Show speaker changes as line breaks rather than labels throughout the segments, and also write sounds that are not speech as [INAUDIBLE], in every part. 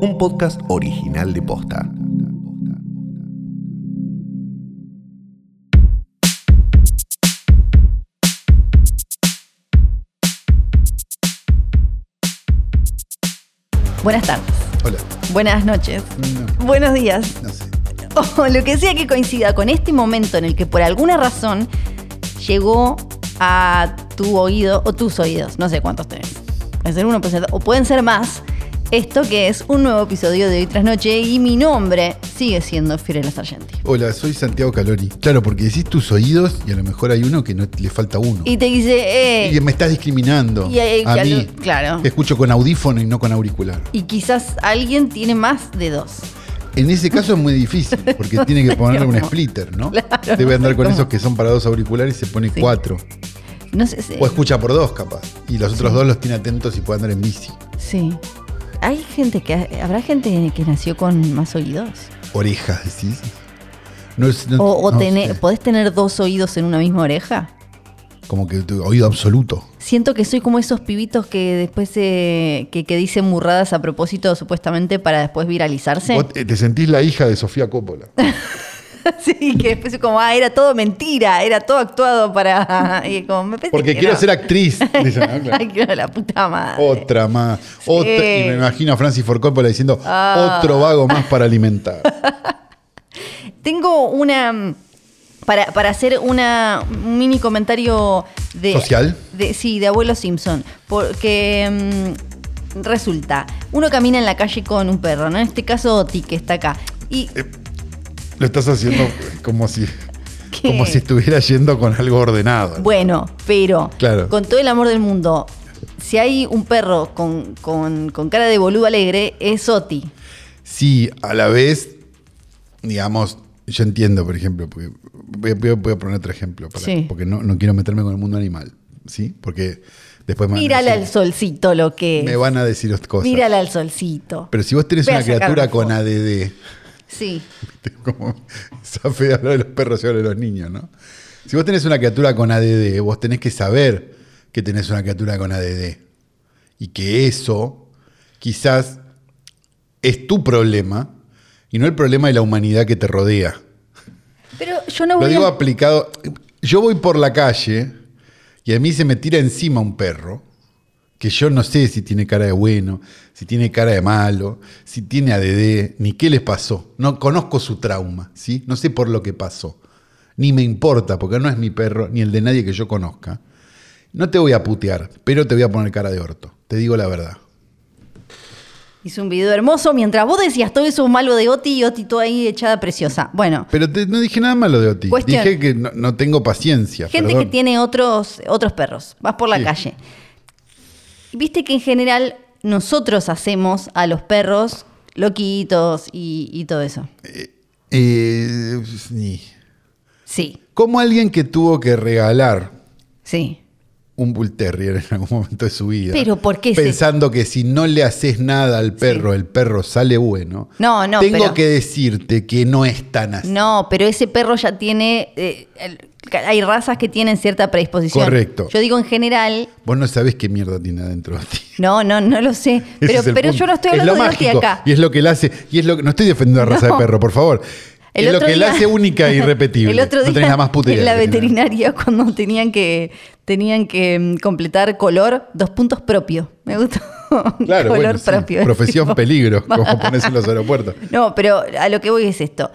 un podcast original de Posta.
Buenas tardes,
Hola.
buenas noches,
No,
buenos días, [LAUGHS]
no sé.
o lo que sea que coincida con este momento en el que por alguna razón llegó a tu oído o tus oídos, no sé cuántos tenés, pueden ser uno, pueden ser dos, o pueden ser más, esto que es un nuevo episodio de Hoy Tras Noche y mi nombre sigue siendo Fiorella Sargenti.
Hola, soy Santiago Calori. Claro, porque decís tus oídos y a lo mejor hay uno que no le falta uno.
Y te dice, eh,
Y me estás discriminando.
Y hay-
a
y
mí,
al- claro.
Escucho con audífono y no con auricular.
y quizás alguien tiene más de dos.
En ese caso es muy
[LAUGHS]
difícil, porque tiene que ponerle un
¿Cómo?
splitter, ¿no?
Claro,
Debe
no
andar
sé
con
cómo.
esos que son para dos auriculares y se pone
Sí.
cuatro.
No sé si...
O escucha por dos, capaz. Y los otros dos los tiene atentos y puede andar en bici.
Sí. Hay gente que... ¿Habrá gente que nació con más oídos?
Orejas, decís. No es- no-
O, o
no
tené-
sé.
¿Podés tener dos oídos en una misma oreja?
Como que tu oído absoluto.
Siento que soy como esos pibitos que después eh, que, que dicen murradas a propósito, supuestamente, para después viralizarse.
Vos te te sentís la hija de Sofía Coppola.
[LAUGHS] sí, que después es como, ah, era todo mentira, era todo actuado para. [LAUGHS] y como, me pensé
Porque
que
quiero
no.
ser
[LAUGHS]
actriz. Dicen, ah, claro.
Ay, claro, la puta madre.
Otra más. Otra, y me imagino a Francis Ford Coppola diciendo,
Ah.
otro vago más
[LAUGHS]
para alimentar.
Tengo una. mm, Para, para hacer una, un mini comentario de.
¿Social?
de- sí, de abuelo Simpson. Porque. mm, resulta, uno camina en la calle con un perro, ¿no? En este caso, Oti, que está acá. Y.
Eh,
[LAUGHS]
Lo estás haciendo como si,
¿Qué?
como si estuviera yendo con algo ordenado.
Bueno, pero.
Claro.
Con todo el amor del mundo. Si hay un perro con, con- con cara de boludo alegre, es Oti.
Sí, a la vez, digamos, yo entiendo, por ejemplo, porque voy, voy- voy a poner otro ejemplo, para-
Sí.
porque no, no quiero meterme con el mundo animal, ¿sí? Porque después me van, a
Mírala al
decir,
solcito lo que es.
me van a decir cosas.
Mírala al solcito.
Pero si vos tenés
Voy a
una
sacar
criatura
una
con
foto.
ADD,
Sí.
Viste, [LAUGHS] Como esa fe de hablar de los perros y ahora de los niños, ¿no? Si vos tenés una criatura con ADD, vos tenés que saber que tenés una criatura con ADD. Y que eso quizás es tu problema y no el problema de la humanidad que te rodea.
Pero yo no
Lo
voy
digo
a-
aplicado. Yo voy por la calle y a mí se me tira encima un perro que yo no sé si tiene cara de bueno, si tiene cara de malo, si tiene ADD, ni qué les pasó. No conozco su trauma, ¿sí? No sé por lo que pasó. Ni me importa, porque no es mi perro, ni el de nadie que yo conozca. No te voy a putear, pero te voy a poner cara de orto. Te digo la verdad.
Hizo un video hermoso mientras vos decías todo eso malo de Oti y Oti toda ahí echada preciosa. Bueno,
Pero te- no dije nada malo de Oti.
Cuestión.
Dije que no, no tengo paciencia.
gente
perdón.
que tiene otros, otros perros, vas por la
Sí.
calle. Viste que en general nosotros hacemos a los perros loquitos y, y todo eso.
Eh, sí.
Sí,
Como alguien que tuvo que regalar
sí.
un bull terrier en algún momento de su vida.
Pero, ¿por qué se-
Pensando que si no le haces nada al perro, el perro sale bueno.
No, no,
Tengo
pero-
que decirte que no es tan así.
No, pero ese perro ya tiene... eh, el- hay razas que tienen cierta predisposición.
Correcto.
Yo digo en general...
Vos no sabés qué mierda tiene adentro de ti. [LAUGHS]
No, no, no lo sé.
Ese
Pero,
es el
pero
punto.
yo no estoy
Es
hablando
lo
de Oti
mágico,
acá.
Y es lo que le hace. Y es lo que, no estoy defendiendo la raza
No.
de perro, por favor.
El
es lo
otro
que la
día- [LAUGHS]
hace única e irrepetible.
El otro día
no tenés nada más puta idea
en la
de que tiene.
veterinaria [LAUGHS] cuando tenían que tenían que mm, completar color, dos puntos propio. Me gustó. [LAUGHS]
Claro,
color
bueno, sí.
propio.
Profesión
Tipo, [LAUGHS]
peligro, como pones en los aeropuertos.
No, pero a lo que voy es esto.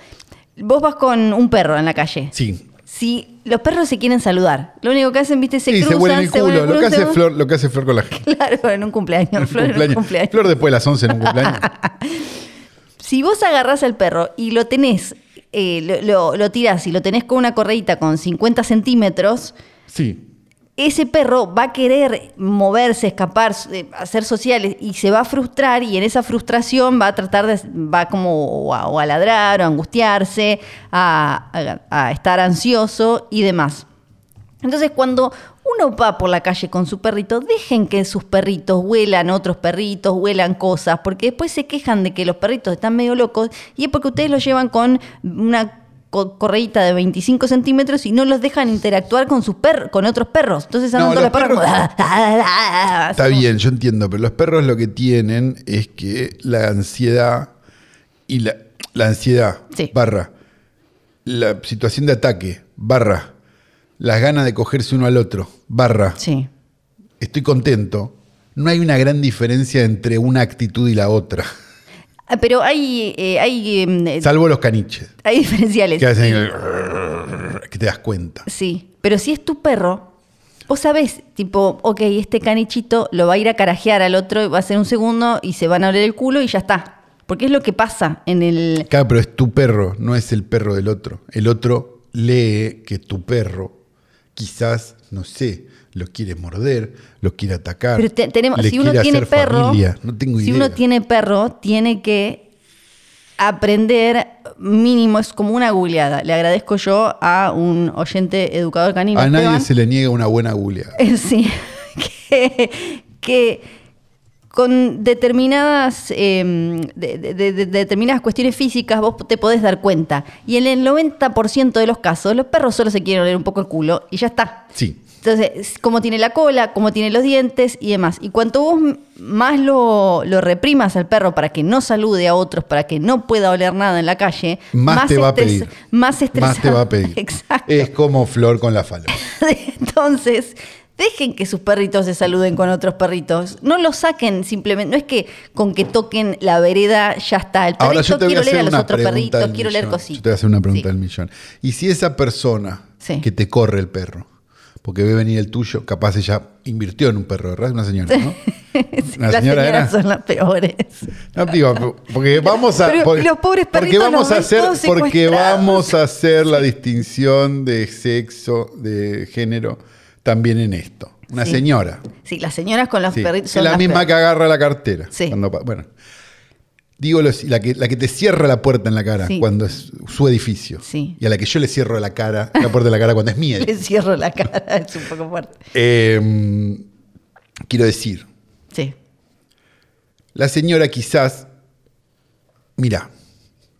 Vos vas con un perro en la calle.
Sí.
Si los perros se quieren saludar, lo único que hacen, viste, se
Sí, se
cruzan,
huele el
se
culo.
huelen el
lo, que
culo, se
hace
van-
Flor, lo que hace Flor con la gente.
[LAUGHS] Claro, en un cumpleaños. Flor en un cumpleaños.
Flor después de las 11 en un
[LAUGHS]
cumpleaños.
Si vos agarrás al perro y lo tenés, eh, lo, lo, lo tirás y lo tenés con una correita con 50 centímetros,
Sí.
ese perro va a querer moverse, escapar, eh, hacer sociales y se va a frustrar y en esa frustración va a tratar de, va como o a, o a ladrar o a angustiarse, a, a- a estar ansioso y demás. Entonces cuando uno va por la calle con su perrito, dejen que sus perritos huelan a otros perritos, huelan cosas, porque después se quejan de que los perritos están medio locos y es porque ustedes los llevan con una co- correíta de 25 centímetros y no los dejan interactuar con sus perros, con otros perros. Entonces andan
No,
todos los
los
perros, como, [LAUGHS]
perros-
así
Está
como-
bien, yo entiendo, pero los perros lo que tienen es que la ansiedad y la, la ansiedad
Sí.
barra la situación de ataque barra las ganas de cogerse uno al otro barra
Sí.
estoy contento. No hay una gran diferencia entre una actitud y la otra,
Ah, Pero hay, eh, hay, em, eh,
salvo los caniches
hay diferenciales.
que hacen el- que te das cuenta.
Sí, pero si es tu perro, vos sabés, tipo, ok, este canichito lo va a ir a carajear al otro, va a ser un segundo y se van a oler el culo y ya está. Porque es lo que pasa en el...
Claro, pero es tu perro, no es el perro del otro. El otro lee que tu perro quizás, no sé, lo quiere morder, lo quiere atacar.
Pero te- tenemos,
le
si uno
quiere
tiene
hacer
perro,
familia. No tengo
si
idea.
uno tiene perro, tiene que aprender mínimo, es como una googleada. Le agradezco yo a un oyente educador canino.
A nadie
Esteban.
se le niega una buena guleada.
[LAUGHS] Sí, que, que con determinadas, em, de- de- de- de- determinadas cuestiones físicas vos te podés dar cuenta. Y en el 90% de los casos, los perros solo se quieren oler un poco el culo y ya está.
Sí.
Entonces, cómo tiene la cola, cómo tiene los dientes y demás. Y cuanto vos m- más lo, lo reprimas al perro para que no salude a otros, para que no pueda oler nada en la calle,
Más, te va a
estres-
pedir.
Más estresado.
Más te va a pedir.
[LAUGHS]
Eh,
Exacto.
Es como flor con la falda.
[LAUGHS] Entonces, dejen que sus perritos se saluden con otros perritos. No los saquen simplemente. No es que con que toquen la vereda ya está. El
Ahora
perrito
yo te voy a
quiero leer
hacer
a los
una
otros
pregunta
perritos,
del
quiero leer
millón. Yo te voy
cositas.
a hacer una pregunta
Sí.
del millón. Y si esa persona
Sí.
que te corre el perro, porque ve venir el tuyo, capaz ella invirtió en un perro, ¿verdad? Una
[LAUGHS]
señora, ¿no?
[LAUGHS] Sí,
Una
Las
señora
señoras
era.
son las peores.
No, digo, porque vamos a.
Pero
porque-
los pobres
porque
perritos los
vamos a
ves
hacer,
todos
Porque
secuestrados.
vamos a hacer la distinción de sexo, de género, también en esto. Una
Sí.
señora.
Sí, las señoras con los
sí,
perritos
que
son
es la
las
misma
peores.
que agarra la cartera.
Sí.
cuando pa- bueno. Digo, los- la, que, la que te cierra la puerta en la cara
Sí.
cuando es su edificio.
Sí.
Y a la que yo le cierro la cara, la puerta de la cara cuando
[LAUGHS]
es mía.
Le cierro la cara, es un poco fuerte.
Eh, quiero decir,
Sí.
la señora quizás. Mira,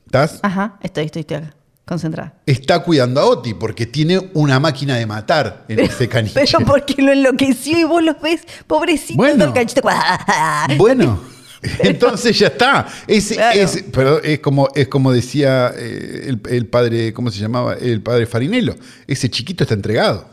¿estás?
Ajá, estoy, estoy, estoy acá.
[LAUGHS]
Concentrada.
está cuidando a Oti porque tiene una máquina de matar en ese caniche.
Pero porque lo enloqueció y vos los ves, pobrecito,
Bueno.
todo el canchito. [LAUGHS]
Bueno, entonces ya está. Es,
Claro.
es- pero es como, es como decía eh, el, el padre, ¿cómo se llamaba? El padre Farinello. Ese chiquito está entregado.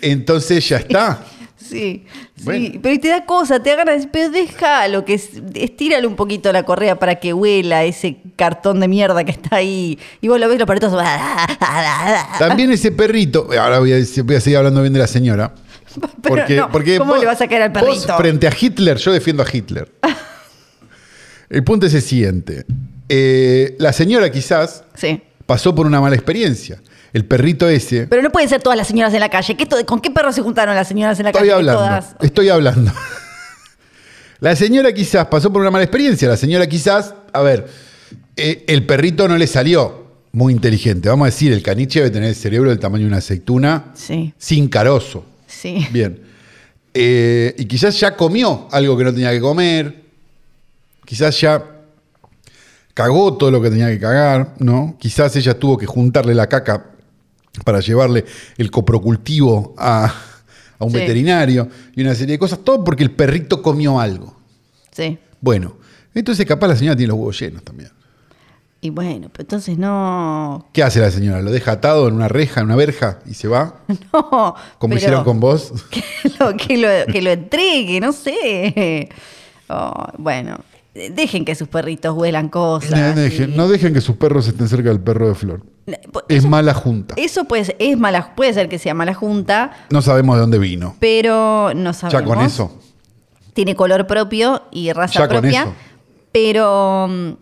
Entonces ya está.
Sí, sí,
Bueno.
pero y te da cosa, te da ganas, de decir, pero déjalo, que es- estírale un poquito la correa para que huela ese cartón de mierda que está ahí. Y vos lo ves, los perritos. [LAUGHS]
También ese perrito, ahora voy a, decir- voy a seguir hablando bien de la señora.
[LAUGHS] Pero
Porque,
no,
porque
¿Cómo
vos-
le vas a caer al
vos
perrito?
frente a Hitler, yo defiendo a Hitler.
[LAUGHS]
El punto es el siguiente. Eh, la señora quizás
Sí.
pasó por una mala experiencia. El perrito ese.
Pero no pueden ser todas las señoras en la calle. ¿Qué to- ¿Con qué perro se juntaron las señoras en la
Estoy
calle?
hablando.
Todas.
Estoy hablando. [LAUGHS] La señora quizás pasó por una mala experiencia. La señora quizás, a ver, eh, el perrito no le salió muy inteligente. Vamos a decir, el caniche debe tener el cerebro del tamaño de una aceituna,
Sí,
sin carozo.
sí.
Bien. Eh, y quizás ya comió algo que no tenía que comer. Quizás ya cagó todo lo que tenía que cagar, ¿no? Quizás ella tuvo que juntarle la caca para llevarle el coprocultivo a, a un
Sí.
veterinario y una serie de cosas. Todo porque el perrito comió algo.
Sí.
Bueno, entonces capaz la señora tiene los huevos llenos también.
Y bueno, pero entonces no. [LAUGHS]
¿Qué hace la señora? ¿Lo deja atado en una reja, en una verja y se va?
No. pero-
Como hicieron con vos.
que [LAUGHS] lo, que lo, que lo entregue, no sé. Oh, bueno, de- dejen que sus perritos huelan cosas.
[LAUGHS] no, dejen,
y-
no dejen que sus perros estén cerca del perro de Flor.
Po-
Es mala junta.
Eso pues es mala, puede ser que sea mala junta,
No sabemos de dónde vino.
pero no sabemos.
Ya con eso.
Tiene color propio y raza
Ya con
propia.
eso.
Pero mm,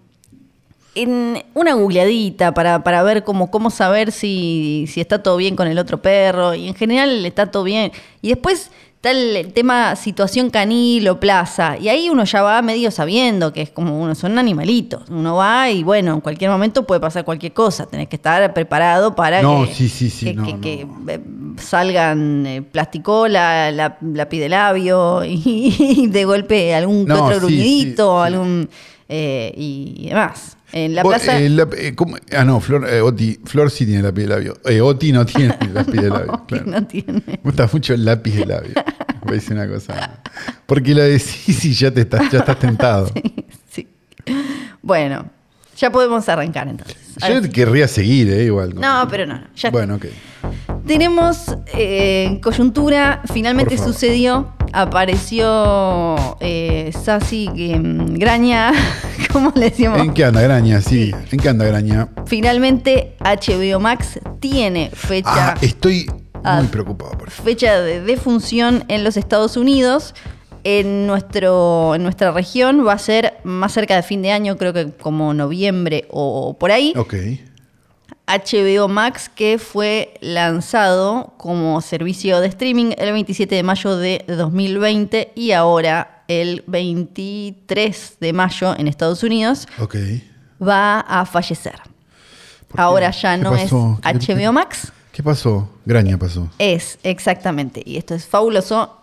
en una googleadita para, para ver cómo, cómo saber si, si está todo bien con el otro perro. Y en general está todo bien. Y después está el, el tema situación canil o plaza. Y ahí uno ya va medio sabiendo que es como uno, son animalitos. Uno va y bueno, en cualquier momento puede pasar cualquier cosa. Tenés que estar preparado para
No,
que,
sí, sí, sí,
que-
no,
que-
no.
que eh, salgan eh, plasticola, la, lápiz de labio [LAUGHS] y, y de golpe algún que
No,
otro
sí, sí,
gruñidito,
sí.
algún eh, y demás. En la
Vos,
plaza. [LAUGHS]
eh, la- eh, ¿cómo? Ah, no, Flor, eh, Oti, Flor sí tiene lápiz de labio. Eh, Oti no [LAUGHS] tiene lápiz de labio.
No,
claro.
no tiene.
Me gusta mucho el lápiz
[LAUGHS]
de labio. Me parece una cosa. Porque lo decís y ya, te estás, ya estás tentado.
Sí. Bueno, ya podemos arrancar entonces.
Yo
Ahora sí.
querría seguir, eh, igual. con-
No, pero no, no, ya está.
Bueno, ok.
Tenemos eh, coyuntura, finalmente
Por favor.
sucedió, apareció eh, Sassi eh, Graña, [LAUGHS] ¿cómo le decíamos?
¿En qué anda, Graña? Sí. ¿En qué anda, Graña?
Finalmente HBO Max tiene fecha,
Ah, estoy
Ah.
muy preocupado por eso.
fecha de defunción en los Estados Unidos. En, nuestro, en nuestra región va a ser más cerca de fin de año, creo que como noviembre o por ahí.
Ok.
HBO Max que fue lanzado como servicio de streaming el 27 de mayo de 2020 y ahora el 23 de mayo en Estados Unidos
Ok.
va a fallecer.
¿Por qué?
Ahora ya
¿Qué
no es
pasó? ¿Qué- qué-
HBO Max,
¿Qué pasó? Graña pasó.
es exactamente, y esto es fabuloso,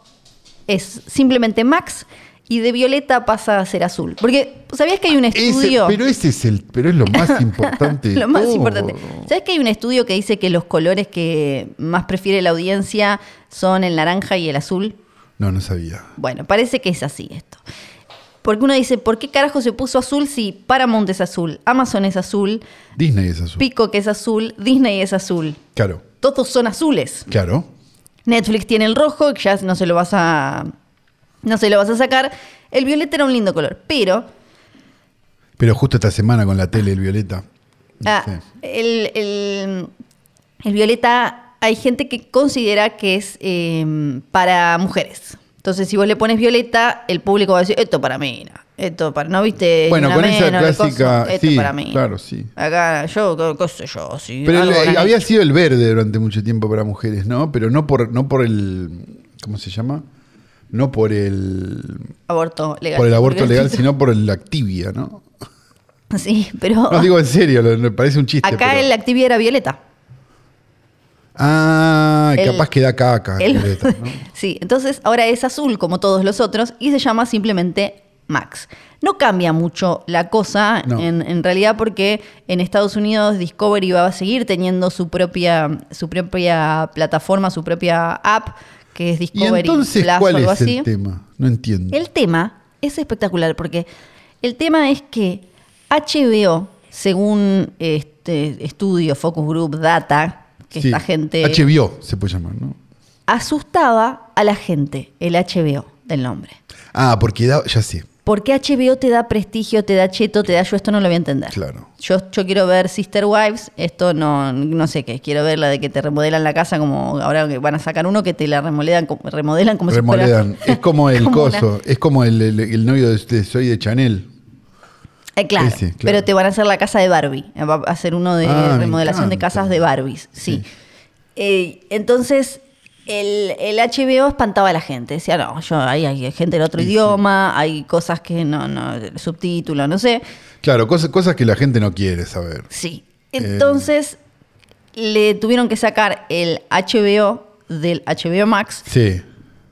es simplemente Max y de violeta pasa a ser azul. Porque, ¿sabías que hay un
Ah, Ese-
estudio?
pero ese es el, pero es lo
[LAUGHS]
más importante. de
Lo más
todo.
importante. ¿Sabes que hay un estudio que dice que los colores que más prefiere la audiencia son el naranja y el azul?
No, no sabía.
Bueno, parece que es así esto. Porque uno dice, ¿por qué carajo se puso azul si Paramount es azul, Amazon es azul,
Disney es azul.
Pico que es azul, Disney es azul?
Claro,
Todos son azules.
claro.
Netflix tiene el rojo, que ya no se lo vas a. No se lo vas a sacar. El violeta era un lindo color, pero
Pero justo esta semana con la tele, el Violeta. no
Ah,
sé.
el, el- el violeta, hay gente que considera que es eh, para mujeres. Entonces, si vos le pones violeta, el público va a decir, esto para mí, no. esto para, ¿no viste?
Bueno,
Una
con esa
menos, la
clásica-
cosa, esto
sí,
para mí.
claro, sí.
Acá, yo, qué- qué sé yo, sí.
Pero el- eh,
algo habrán
había
hecho.
sido el verde durante mucho tiempo para mujeres, ¿no? Pero no por, no por el. ¿Cómo se llama? No por el.
aborto legal.
Por el aborto
Porque-
legal, sino por la activia, ¿no?
[LAUGHS] Sí, pero
No digo en serio, lo- me parece un chiste.
acá
pero-
la actividad era violeta.
Ah,
el-
capaz que da caca.
El-
Ah, Violeta,
[LAUGHS]
¿no?
Sí, entonces ahora es azul como todos los otros y se llama simplemente Max. No cambia mucho la cosa
No.
en, en realidad porque en Estados Unidos Discovery va a seguir teniendo su propia, su propia plataforma, su propia app que es
¿Y
Discovery
entonces
Plus o
cuál
algo
es
así.
el tema? No entiendo.
El tema es espectacular porque el tema es que HBO, según este estudio, Focus Group, Data, que
Sí,
esta gente
HBO se puede llamar, ¿no?
asustaba a la gente el HBO del nombre.
Ah, porque da, ya sé.
Porque HBO te da prestigio, te da cheto, te da yo esto no lo voy a entender.
Claro.
Yo, yo quiero ver Sister Wives, esto no, no sé qué, quiero ver la de que te remodelan la casa como ahora que van a sacar uno que te la remodelan como, remodelan como si
Remoledan.
fuera.
Es como
[LAUGHS]
el
como una-
coso, es como el, el- el novio de, de Soy de Chanel.
Eh, claro,
Ese, claro.
pero te van a hacer la casa de Barbie, eh, va a hacer uno de
Ah, me
remodelación de
encanta.
casas de Barbies, sí.
Sí.
Eh, entonces, el, el HBO espantaba a la gente. Decía, no, yo, ahí hay gente de otro
Sí, sí.
idioma, hay cosas que no, no, subtítulo, no sé.
Claro, cosas, cosas que la gente no quiere saber.
Sí.
Eh.
Entonces, le tuvieron que sacar el HBO del HBO Max
Sí.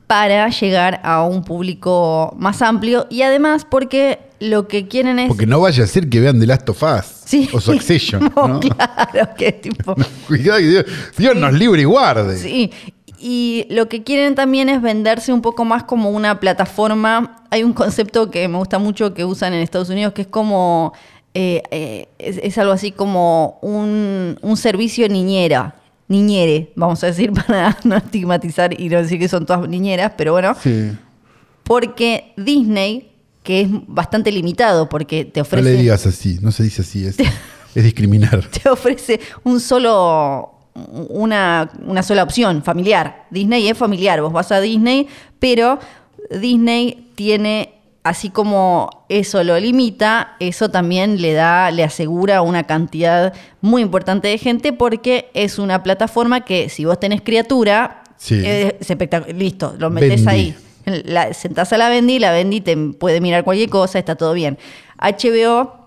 para llegar a un público más amplio y además porque lo que quieren es...
Porque no vaya a ser que vean The Last of Us
Sí.
o Succession,
[LAUGHS] No,
¿no?
Claro, que es tipo...
[LAUGHS] Cuidado, que Dios, Dios nos libre y guarde.
Sí. Y lo que quieren también es venderse un poco más como una plataforma. Hay un concepto que me gusta mucho que usan en Estados Unidos que es como. eh, eh, es, es algo así como un, un servicio niñera. Niñere, vamos a decir, [LAUGHS] para no estigmatizar y no decir que son todas niñeras, pero bueno.
Sí.
Porque Disney, que es bastante limitado, porque te
No
ofrece.
le digas así, no se dice así,
[LAUGHS]
es, es discriminar.
te ofrece un solo una, una sola opción familiar. Disney es familiar, vos vas a Disney, pero Disney tiene así como eso lo limita, eso también le da le asegura una cantidad muy importante de gente porque es una plataforma que si vos tenés criatura
Sí.
eh, es espectac- listo, lo metés
Bendy.
ahí. La, sentás a la Bendy, la Bendy te puede mirar cualquier cosa, está todo bien. HBO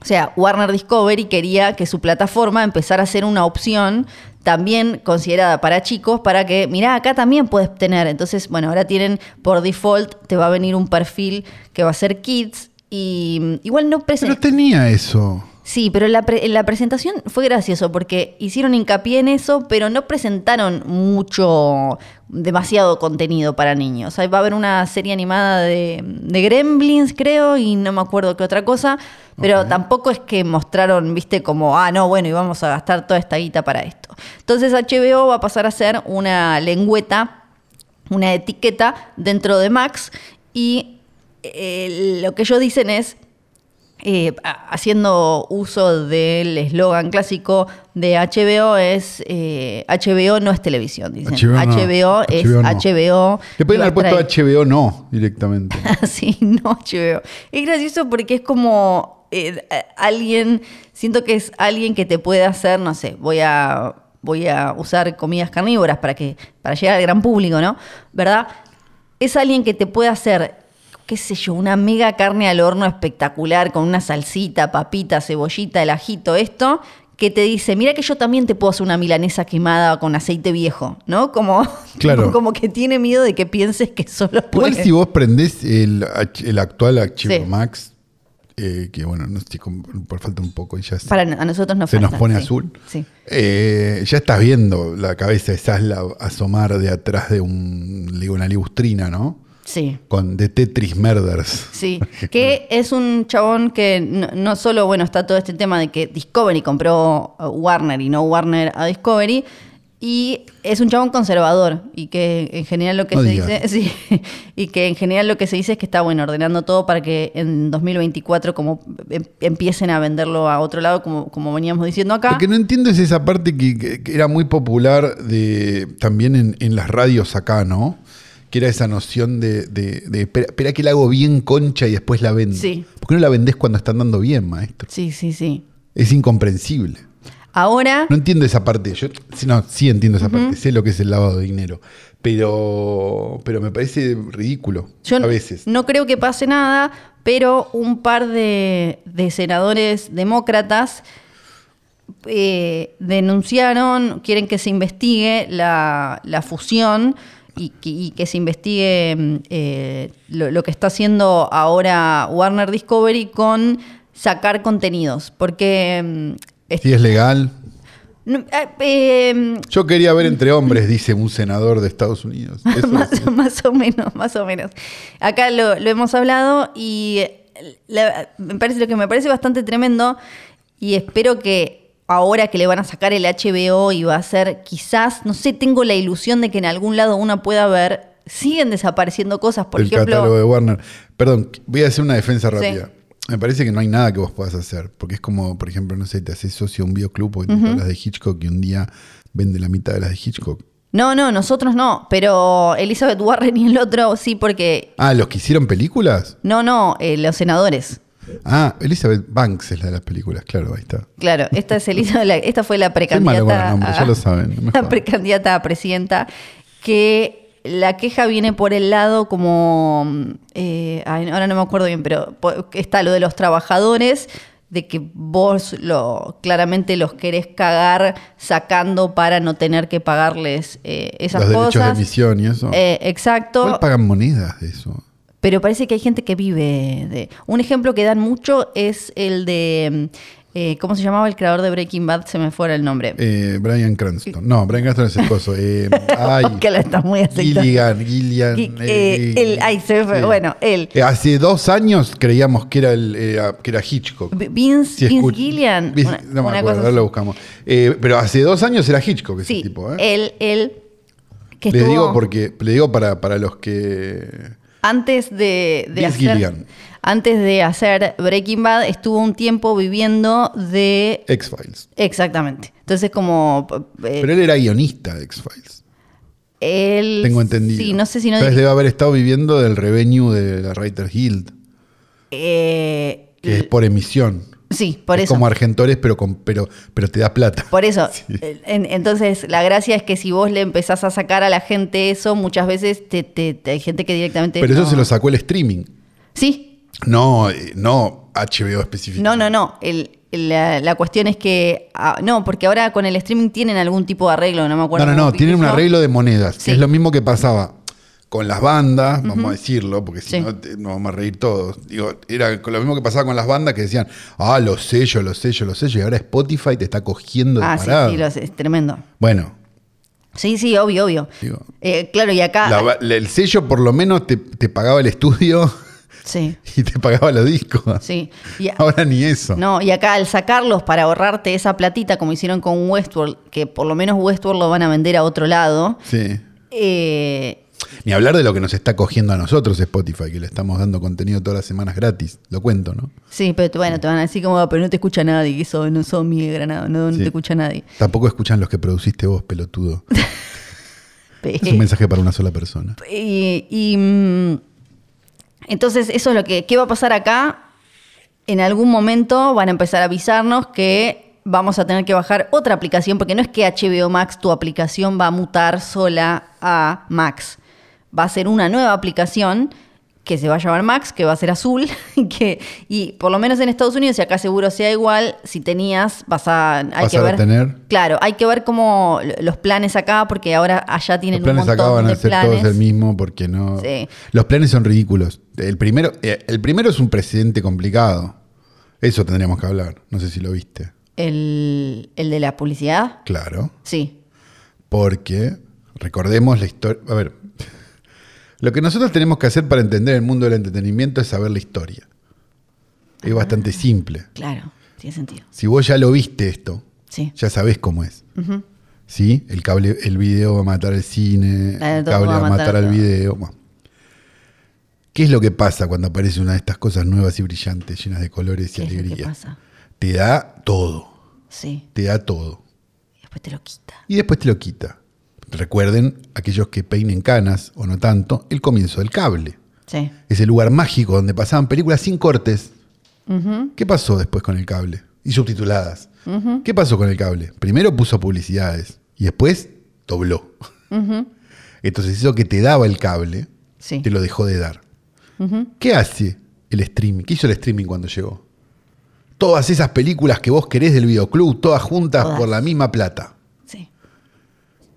o sea, Warner Discovery quería que su plataforma empezara a ser una opción también considerada para chicos, para que, mirá, acá también puedes tener. Entonces, bueno, ahora tienen por default, te va a venir un perfil que va a ser kids Y mm, igual no
Pero
presentó.
tenía eso.
Sí, pero la, pre- la presentación fue gracioso porque hicieron hincapié en eso, pero no presentaron mucho, demasiado contenido para niños. Ahí va a haber una serie animada de, de Gremlins, creo, y no me acuerdo qué otra cosa, pero tampoco es que mostraron, viste, como, ah, no, bueno, y vamos a gastar toda esta guita para esto. Entonces HBO va a pasar a ser una lengüeta una etiqueta dentro de Max y eh, lo que ellos dicen es, eh, a- haciendo uso del eslogan clásico de HBO, es eh, HBO no es televisión, dicen.
HBO
HBO,
no.
es
HBO no.
HBO.
Le pueden
lo
haber puesto
trae-
HBO no directamente.
[LAUGHS] Sí, no, HBO. Es gracioso porque es como eh, eh, alguien, siento que es alguien que te puede hacer, no sé, voy a voy a usar comidas carnívoras para que para llegar al gran público, ¿no? ¿Verdad? Es alguien que te puede hacer qué sé yo, una mega carne al horno espectacular con una salsita, papita, cebollita, el ajito, esto, que te dice, mira que yo también te puedo hacer una milanesa quemada con aceite viejo, ¿no? Como, [LAUGHS]
Claro.
como que tiene miedo de que pienses que solo
Igual
puedes...
si vos prendés el, H- el actual archivo
Pues, eh. Sí.
Max, eh, que bueno, no estoy con- por falta un poco y ya se,
Para a nosotros nos
se nos
falta,
pone
sí.
azul.
Sí.
Eh, ya estás viendo la cabeza de Saslav asomar de atrás de un, de una ligustrina, ¿no?
Sí.
Con de Tetris Murders. [LAUGHS]
Sí, que es un chabón que no, no solo, bueno, está todo este tema de que Discovery compró a Warner y no Warner a Discovery, y es un chabón conservador, y que en general lo que
No
se
digas.
dice, [LAUGHS] sí, y que en general lo que se dice es que está, bueno, ordenando todo para que en 2024 como em- empiecen a venderlo a otro lado, como, como veníamos diciendo acá.
Lo que no entiendo es esa parte que, que- que era muy popular de, también en, en las radios acá, ¿no? Que era esa noción de, de, de, espera, espera que la hago bien concha y después la vendo.
Sí.
¿Por qué no la vendés cuando está andando bien, maestro?
Sí, sí, sí.
Es incomprensible.
Ahora...
No entiendo esa parte. Yo sí, no, sí entiendo esa parte. Sé lo que es el lavado de dinero. Pero, pero me parece ridículo
Yo
a
no-
veces.
no creo que pase nada, pero un par de, de senadores demócratas eh, denunciaron, quieren que se investigue la, la fusión y, que- y que se investigue mm, eh, lo, lo que está haciendo ahora Warner Discovery con sacar contenidos, porque... mm, es-
Si es legal.
no, ah, eh,
Yo quería ver entre hombres, dice un senador de Estados Unidos.
[LAUGHS]
Eso
más,
decía.
más o menos, más o menos. Acá lo, lo hemos hablado y la- me parece, lo que me parece bastante tremendo y espero que ahora que le van a sacar el HBO y va a ser quizás, no sé, tengo la ilusión de que en algún lado uno pueda ver, siguen desapareciendo cosas, por
el catálogo
ejemplo...
de Warner. Perdón, voy a hacer una defensa
Sí.
rápida. Me parece que no hay nada que vos puedas hacer. Porque es como, por ejemplo, no sé, te haces socio a un bioclub porque tienes todas las de Hitchcock y un día vende la mitad de las de Hitchcock.
No, no, nosotros no, pero Elizabeth Warren y el otro sí porque...
Ah, ¿los que hicieron películas?
No, no, eh, los senadores.
Ah, Elizabeth Banks es la de las películas, claro, ahí está.
Claro, esta es Elisa, la- esta fue la
Soy malo con los
precandidata.
nombres,
a-
ya lo saben, no me
[LAUGHS]
jodan.
la precandidata a presidenta, que la queja viene por el lado como. eh, ay, ahora no me acuerdo bien, pero po- está lo de los trabajadores, de que vos lo claramente los querés cagar sacando para no tener que pagarles eh, esas
los derechos de
cosas.
emisión y eso.
Eh, exacto.
Igual pagan monedas de eso?
Pero parece que hay gente que vive de. Un ejemplo que dan mucho es el de. eh, ¿Cómo se llamaba el creador de Breaking Bad? Se me fuera el nombre. [LAUGHS]
Eh, Brian Cranston. No, Brian Cranston es el coso. Eh, ay,
que lo estás muy aceitado.
Gilligan, Gillian.
Gui- eh, el- ay, se me fue. Bueno, él.
Eh, hace dos años creíamos que era, el, eh, que era Hitchcock.
V- Vince,
Si
Vince
escuch-
Gillian.
Vince-
una-
no me
una
acuerdo,
cosa
ahora lo
así.
buscamos. Eh, pero hace dos años era Hitchcock ese
Sí,
tipo. ¿eh?
él, él. Que
Le
estuvo
digo porque, le digo para, para los que...
Antes de, de
Vince
hacer,
Gillian.
Antes de hacer Breaking Bad, estuvo un tiempo viviendo de.
X-Files.
Exactamente. Entonces, como. eh,
Pero él era guionista de X-Files.
él.
Tengo entendido.
Sí, no sé si no.
Entonces
dirigió-
debe haber estado viviendo del revenue de la Writer Guild,
Eh,
que es por emisión.
sí, por
Es
eso.
como Argentores, pero, con, pero, pero te da plata.
Por
[LAUGHS]
eso, En- entonces la gracia es que si vos le empezás a sacar a la gente eso, muchas veces te, te- te- hay gente que directamente...
Pero eso
no-
se lo sacó el streaming.
Sí,
No, eh, no HBO específico.
no, no, no. El- el- la, la cuestión es que... ah, no, porque ahora con el streaming tienen algún tipo de arreglo, no me
No,
acuerdo.
no,
cómo
no, tienen un
piquillo.
arreglo de monedas. que
Sí.
Es lo mismo que pasaba con las bandas, vamos a decirlo, porque si
Sí.
no te- nos vamos a reír todos. Digo, era con lo mismo que pasaba con las bandas que decían, ah, los sellos, los sellos, los sellos, y ahora Spotify te está cogiendo de
Ah, sí,
parada.
sí, lo sé, es tremendo.
Bueno,
Sí, sí, obvio, obvio.
Digo-
Eh, claro, y acá.
la ba- la- el sello por lo menos te, te pagaba el estudio [LAUGHS]
sí,
y te pagaba los discos.
sí. Y,
Ahora ni eso.
No, y acá al sacarlos para ahorrarte esa platita, como hicieron con Westworld, que por lo menos Westworld lo van a vender a otro lado.
Sí.
eh,
Ni hablar de lo que nos está cogiendo a nosotros Spotify, que le estamos dando contenido todas las semanas gratis. Lo cuento, ¿no?
sí, pero te- bueno, te van a decir como, "Ah, pero no te escucha nadie, que eso no son mi granado, no, no
Sí.
te escucha nadie.
Tampoco escuchan los que produciste vos,
[LAUGHS]
pelotudo.
Pe-
Es un mensaje para una sola persona.
y, y, mm, entonces eso es lo que qué va a pasar acá en algún momento van a empezar a avisarnos que vamos a tener que bajar otra aplicación porque no es que HBO Max tu aplicación va a mutar sola a Max va a ser una nueva aplicación que se va a llamar Max, que va a ser azul, [LAUGHS] y que, y por lo menos en Estados Unidos, y acá seguro sea igual, si tenías, vas a... Hay que
Pasar a
ver,
tener.
Claro, hay que ver cómo lo- los planes acá, porque ahora allá tienen
Los planes
un montón
acá van
de
a ser
planes.
todos el mismo porque no.
Sí.
Los planes son ridículos. El primero, eh, el primero es un precedente complicado. Eso tendríamos que hablar. No sé si lo viste.
¿El, el de la publicidad?
Claro.
Sí.
Porque recordemos la historia. A ver, [LAUGHS] lo que nosotros tenemos que hacer para entender el mundo del entretenimiento es saber la historia. Es
Ah.
bastante simple.
Claro, tiene sentido.
Si vos ya lo viste esto,
Sí.
ya sabés cómo es. ¿Sí? El, cable, el video va a matar al cine,
Claro,
el
todo
cable
va
va
a
a matar
matar
al
todo.
video. bueno. ¿Qué es lo que pasa cuando aparece una de estas cosas nuevas y brillantes, llenas de colores y
¿Qué es lo que
alegría?
pasa?
Te da todo,
Sí.
te da todo.
Y después te lo quita.
Y después te lo quita. Recuerden, aquellos que peinen canas o no tanto, el comienzo del cable.
Sí.
Ese lugar mágico donde pasaban películas sin cortes. ¿Qué pasó después con el cable? Y subtituladas. ¿Qué pasó con el cable? Primero puso publicidades y después dobló. Entonces eso que te daba el cable,
Sí.
te lo dejó de dar. ¿Qué hace el streaming? ¿Qué hizo el streaming cuando llegó? Todas esas películas que vos querés del videoclub, todas juntas
Todas.
por la misma plata.
Sí.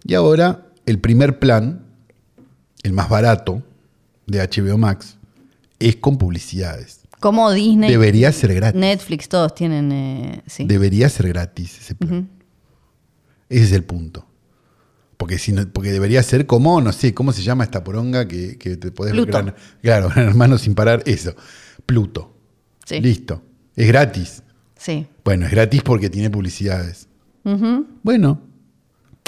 Y ahora el primer plan, el más barato de HBO Max, es con publicidades.
Como Disney,
Debería ser gratis.
Netflix, todos tienen... eh, sí.
Debería ser gratis ese plan. Ese es el punto. Porque, si no- porque debería ser como, no sé, ¿cómo se llama esta poronga que, que te podés
Pluto.
gran- claro, [LAUGHS] gran hermano sin parar? Eso. Pluto.
Sí.
Listo. Es gratis.
Sí.
Bueno, es gratis porque tiene publicidades.
Ujú,
Bueno,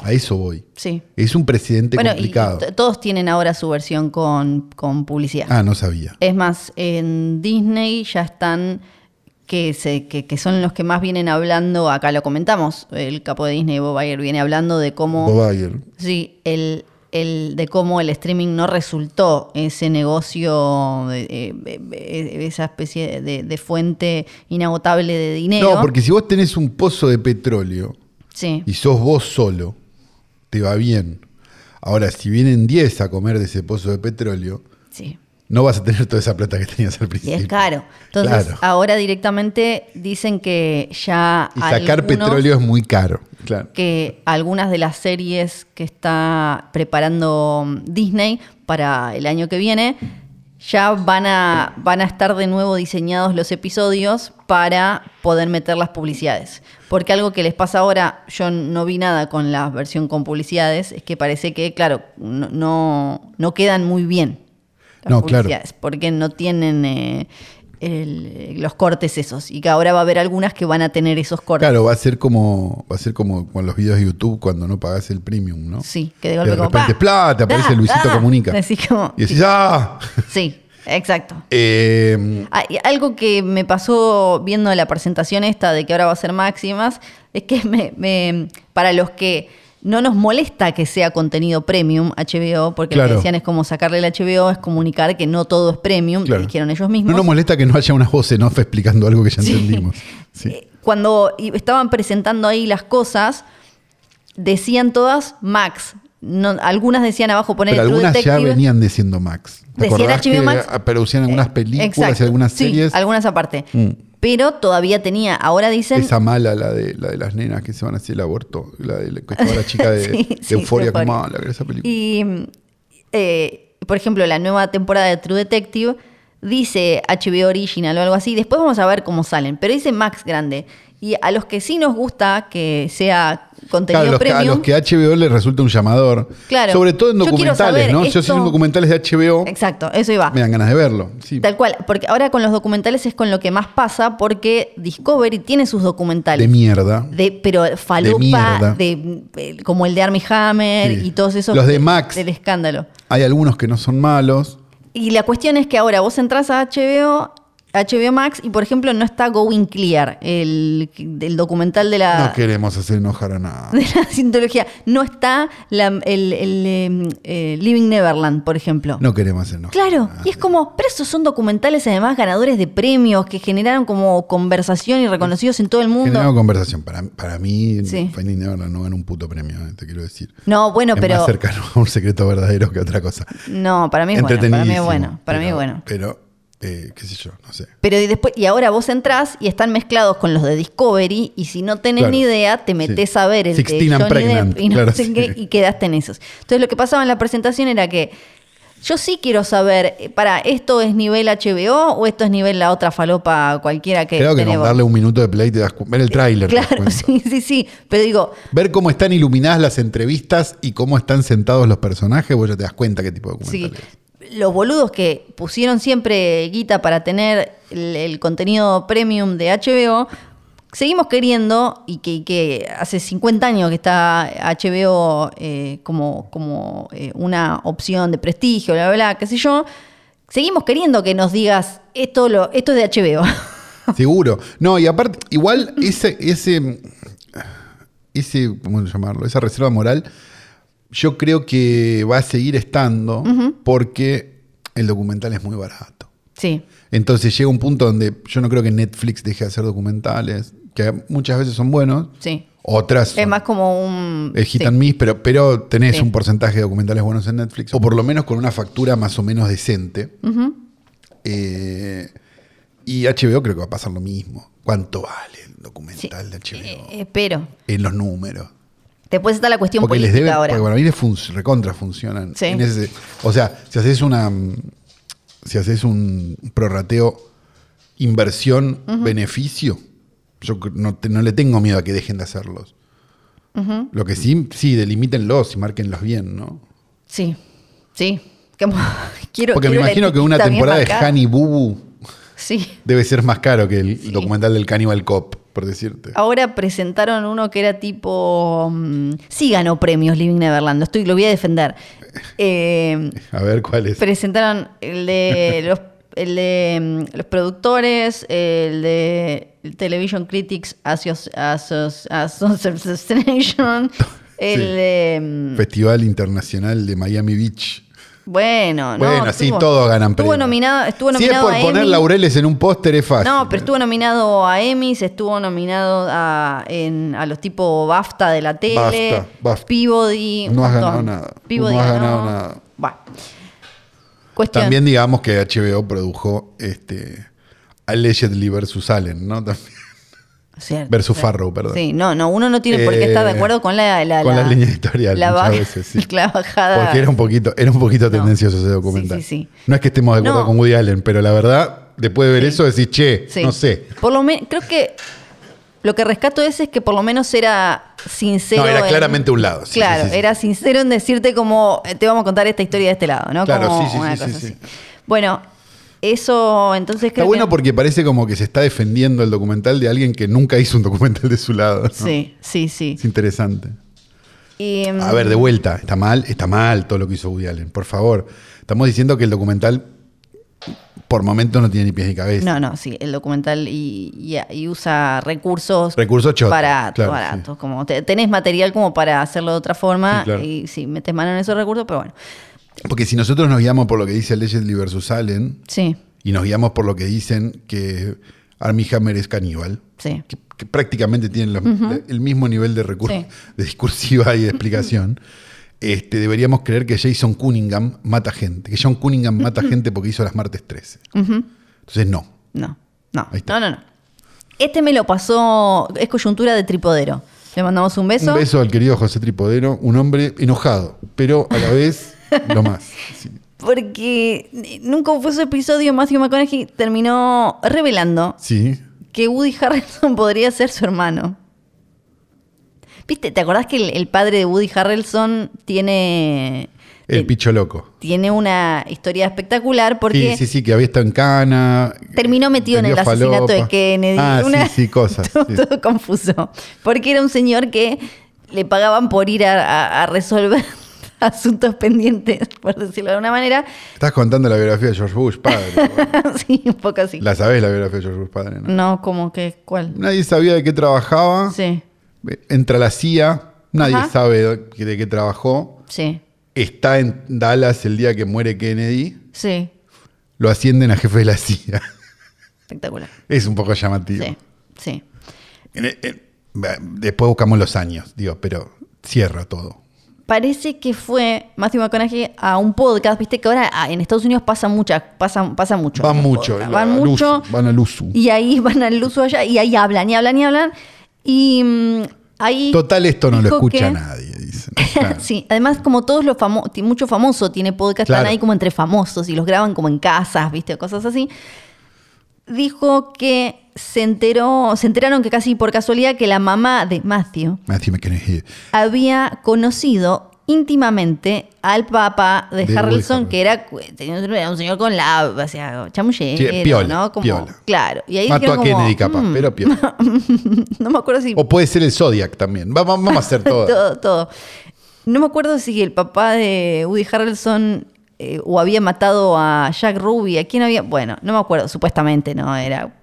a eso voy.
Sí.
Es un precedente
Bueno, y-
complicado.
y t- todos tienen ahora su versión con, con publicidad.
ah, no sabía.
Es más, en Disney ya están, que, se, que, que son los que más vienen hablando, acá lo comentamos, el capo de Disney, Bob Iger, viene hablando de cómo...
Bob Iger.
Sí, el, el de cómo el streaming no resultó ese negocio, eh, eh, eh, esa especie de, de fuente inagotable de dinero.
No, porque si vos tenés un pozo de petróleo
Sí,
y sos vos solo, te va bien. Ahora, si vienen 10 a comer de ese pozo de petróleo,
sí.
no vas a tener toda esa plata que tenías al
Y
principio.
es caro. Entonces,
Claro.
ahora directamente dicen que ya.
Y sacar
algunos-
petróleo es muy caro. Claro.
que algunas de las series que está preparando mm, Disney para el año que viene ya van a, van a estar de nuevo diseñados los episodios para poder meter las publicidades. Porque algo que les pasa ahora, yo no vi nada con la versión con publicidades, es que parece que, claro, no, no, no quedan muy bien las
No, claro.
publicidades, porque no tienen eh, el- los cortes esos. Y que ahora va a haber algunas que van a tener esos cortes.
Claro, va a ser como va a ser como con los videos de YouTube cuando no pagás el premium, ¿no?
Sí, que de golpe
de
como,
repente,
¡pa!
¡plá! te aparece
¡Da!
Luisito
¡Da! [LAUGHS]
Comunica.
Decís como-
y decís, ¡ah! [LAUGHS]
[LAUGHS] Sí, exacto.
Eh,
Ah, y Algo que me pasó viendo la presentación esta de que ahora va a ser Máximas, es que me- me- para los que no nos molesta que sea contenido premium HBO, porque lo
Claro.
que decían es como sacarle el HBO, es comunicar que no todo es premium,
claro.
dijeron ellos mismos.
No nos molesta que no haya una voz en off explicando algo que ya
Sí.
entendimos.
[LAUGHS]
Sí.
Eh, Cuando i- estaban presentando ahí las cosas, decían todas Max. No, algunas decían abajo poner
Pero
el True
algunas ya
Detective.
venían diciendo Max. ¿Te
Decían
acordás
HBO
que
Max?
ah, producían algunas películas y
Eh, Exacto.
algunas
Sí,
series?
algunas aparte.
Mm.
Pero todavía tenía, ahora dicen.
Esa mala, la de, la de las nenas que se van a hacer el aborto. La de la, que estaba la chica de,
[LAUGHS] Sí,
de
sí,
Euforia,
Euphoria.
que mala que era esa película.
Y. mm, eh, por ejemplo, la nueva temporada de True Detective dice HBO Original o algo así. Después vamos a ver cómo salen, pero dice Max Grande. Y a los que sí nos gusta que sea contenido
Claro, los que- a
premium.
los que HBO les resulta un llamador.
Claro.
Sobre todo en
Yo quiero
documentales,
saber
¿no? Si
esto-
yo soy documentales de HBO,
Exacto, eso iba.
me dan ganas de verlo. Sí.
Tal cual, porque ahora con los documentales es con lo que más pasa, porque Discovery tiene sus documentales.
De mierda.
De- pero
mierda.
Falupa, de, eh, como el de Army Hammer
Sí.
y todos esos.
Los de Max.
Del escándalo.
Hay algunos que no son malos.
Y la cuestión es que ahora vos entras a HBO, HBO Max y por ejemplo no está Going Clear, el, el documental de la,
No queremos hacer enojar a nada.
[LAUGHS] de la cientología. No está la- el, el, em, eh, Living Neverland, por ejemplo.
No Ah. queremos hacer enojar.
Claro,
a
y
nadie.
es como, pero esos son documentales además ganadores de premios que generaron como conversación y reconocidos en todo el mundo.
Generamos conversación. Para, para mí,
Sí.
Finding Neverland no gana un puto premio, eh, te quiero decir.
No, bueno,
es
pero
más cercano a un secreto verdadero que otra cosa.
no, para mí es bueno, para mí es
Entretenidísimo,
bueno, para mí es
pero-
bueno.
Pero, eh, qué sé yo, no sé.
Pero y después, y ahora vos entrás y están mezclados con los de Discovery, y si no tenés
Claro.
ni idea, te metés
Sí.
a ver el de
16 and
Johnny
Pregnant,
Depp y, no
claro,
sé
sí.
qué, y quedaste en esos. Entonces lo que pasaba en la presentación era que yo sí quiero saber, eh, para, ¿esto es nivel HBO o esto es nivel la otra falopa cualquiera que
Creo que con
tenemos? [LAUGHS]
darle un minuto de play te das cu- ver el tráiler. te das
Claro,
cuenta.
sí, sí, sí. Pero digo,
Ver cómo están iluminadas las entrevistas y cómo están sentados los personajes, vos ya te das cuenta qué tipo de
Sí.
documental es.
Los boludos que pusieron siempre guita para tener el, el contenido premium de HBO, seguimos queriendo, y que, y que hace 50 años que está HBO eh, como, como eh, una opción de prestigio, bla, bla, bla, qué sé yo, seguimos queriendo que nos digas, esto, lo, esto es de HBO.
Seguro. No, y aparte, igual ese, ese, ese, ¿cómo llamarlo? Esa reserva moral, yo creo que va a seguir estando porque el documental es muy barato.
[LAUGHS] sí,
Entonces llega un punto donde yo no creo que Netflix deje de hacer documentales, que muchas veces son buenos,
sí.
otras
Es
son-
más como un...
es hit
sí.
and miss, eh, pero, pero tenés
Sí.
un porcentaje de documentales buenos en Netflix, o por lo menos con una factura más o menos decente. Eh, y HBO creo que va a pasar lo mismo. ¿Cuánto vale el documental de
Eh,
HBO?
espero.
en los números.
Después está la cuestión
Porque les
política
deben,
ahora.
porque para mí les fun- recontra funcionan.
Sí.
En ese- o sea, si haces una mm, si haces un prorrateo inversión beneficio, yo cr- no, te- no le tengo miedo a que dejen de hacerlos. Lo que sí, sí, delimítenlos y márquenlos bien, ¿no?
Sí, sí. Que mo- [LAUGHS] quiero,
Porque me
quiero la
imagino que una
etiqueta bien
temporada de
marcada.
Honey Boo Boo
Sí.
debe ser más caro que el
Sí. Ah.
documental del Cannibal Cop, por decirte.
Ahora presentaron uno que era tipo. mm, sí ganó premios Living Neverland. lo Estoy, lo voy a defender. Eh,
A ver cuál es.
presentaron el
[LAUGHS]
de los, el de mm, los productores, el de Television Critics Asso- Asso-
[LAUGHS]
Association, el
Sí.
de. mm,
Festival Internacional de Miami Beach.
Bueno, Ah, no,
Bueno, sí,
estuvo-
todos ganan
estuvo
premios.
nominado, estuvo
si es
nominado
por
a
poner
Emmy.
laureles en un póster es fácil.
No, pero estuvo nominado a Emmys, estuvo nominado a, en- a los tipos BAFTA de la tele,
BAFTA, BAFTA.
Peabody. un
No has
montón.
ganado nada,
Peabody
no has
ganó.
ganado nada.
Bah. Cuestión.
También digamos que HBO produjo este Allegedly versus Allen, ¿no? También.
Cierto,
versus
cierto.
Farrow, perdón.
Sí, no, no, uno no tiene por qué
Eh,
estar de acuerdo con la, la,
con
la-
la línea editorial
la
muchas
baja-
veces, sí.
[LAUGHS] la bajada.
Porque era un poquito, era un poquito
Ah. No.
tendencioso ese documental.
Sí, sí, sí.
No es que estemos de acuerdo
No.
con Woody Allen, pero la verdad, después de ver
Sí.
eso, decís, che,
Sí.
no sé.
Por lo menos, creo que lo que rescato de ese es que por lo menos era sincero.
No, era
en-
claramente un lado, sí,
claro,
sí, sí, sí.
era sincero en decirte como eh, te vamos a contar esta historia de este lado, ¿no?
Claro,
como
sí, sí, sí, sí, sí.
Bueno, eso entonces
Está
creo
bueno
que-
porque parece como que se está defendiendo el documental de alguien que nunca hizo un documental de su lado. ¿no?
Sí, sí, sí.
Es interesante.
Y, mm,
A ver, de vuelta, está mal, está mal todo lo que hizo Woody Allen, por favor. Estamos diciendo que el documental por momentos no tiene ni pies ni cabeza.
No, no, sí, el documental y, y- y usa recursos.
Recursos chotos,
Para
claro,
baratos. Como te- tenés material como para hacerlo de otra forma
Sí, claro.
y sí, metes mano en esos recursos, pero bueno.
Porque si nosotros nos guiamos por lo que dice Allegedly versus Allen
Sí,
y nos guiamos por lo que dicen que Armie Hammer es caníbal,
sí.
que, que prácticamente tienen los- el mismo nivel de recursos,
Sí.
[LAUGHS] de discursiva y de explicación, este, deberíamos creer que Jason Cunningham mata gente, que John Cunningham mata gente porque hizo las martes 13. Entonces, no.
No, no,
Ahí está.
no, no, no. Este me lo pasó, es coyuntura de tripodero. Le mandamos un beso.
Un
[LAUGHS]
beso al querido José Tripodero, un hombre enojado, pero a la vez lo más. Sí.
Porque en un confuso episodio, Matthew McConaughey terminó revelando
Sí.
que Woody Harrelson [LAUGHS] podría ser su hermano. ¿Viste? ¿Te acordás que el, el padre de Woody Harrelson tiene,
El
eh,
picho loco.
tiene una historia espectacular porque
Sí, sí, sí, que había estado en cana. eh,
terminó metido en el
vendió
asesinato de
falopa.
Kennedy?
Ah,
Una-
sí, sí,
[LAUGHS]
cosas.
todo,
sí.
todo confuso. Porque era un señor que le pagaban por ir a, a- a resolver [LAUGHS] asuntos pendientes, por decirlo de alguna manera. [LAUGHS]
Estás contando la biografía de George Bush, padre. bueno.
sí, un poco así.
la sabés la biografía de George Bush, padre, ¿no?
No, como que, ¿cuál?
Nadie sabía de qué trabajaba.
Sí,
Entra la CIA, nadie
Ajá.
sabe de qué- de qué trabajó.
sí,
Está en Dallas el día que muere Kennedy.
sí.
Lo ascienden a jefe de la CIA. [LAUGHS]
Espectacular.
Es un poco llamativo.
Sí, sí.
En- en- Después buscamos los años, digo, pero cierra todo.
Parece que fue Matthew McConaughey a un podcast, viste que ahora ah, en Estados Unidos pasa mucha, pasa, pasa mucho.
Van
los
mucho.
podcasts.
el-
van
al
mucho.
uso, van al uso.
Y ahí van al uso allá y ahí hablan y hablan y hablan. Y mm, ahí.
Total, esto no lo
dijo
escucha
que-
nadie, dicen. Claro.
[LAUGHS] sí, además, como todos los famosos, mucho famoso tiene podcast,
Claro.
están ahí como entre famosos y los graban como en casas, viste, o cosas así. Dijo que se enteró, se enteraron que casi por casualidad que la mamá de Matthew
Matthew McConaughey.
había conocido íntimamente al papá de,
De Woody
Harrelson,
Harrelson.
que era, cu- tenía un- era un señor con la, o sea, chamullero,
Sí, piola,
¿no? Como,
piola.
Claro. Y ahí
Mató a
dijeron como,
Kennedy, capaz,
"Mm", [LAUGHS]
pero piola.
no me acuerdo si
O puede ser el Zodiac también. Va- va- Vamos
[LAUGHS]
a hacer todo.
todo, todo. No me acuerdo si el papá de Woody Harrelson eh, o había matado a Jack Ruby, a quién había. Bueno, no me acuerdo, supuestamente no era.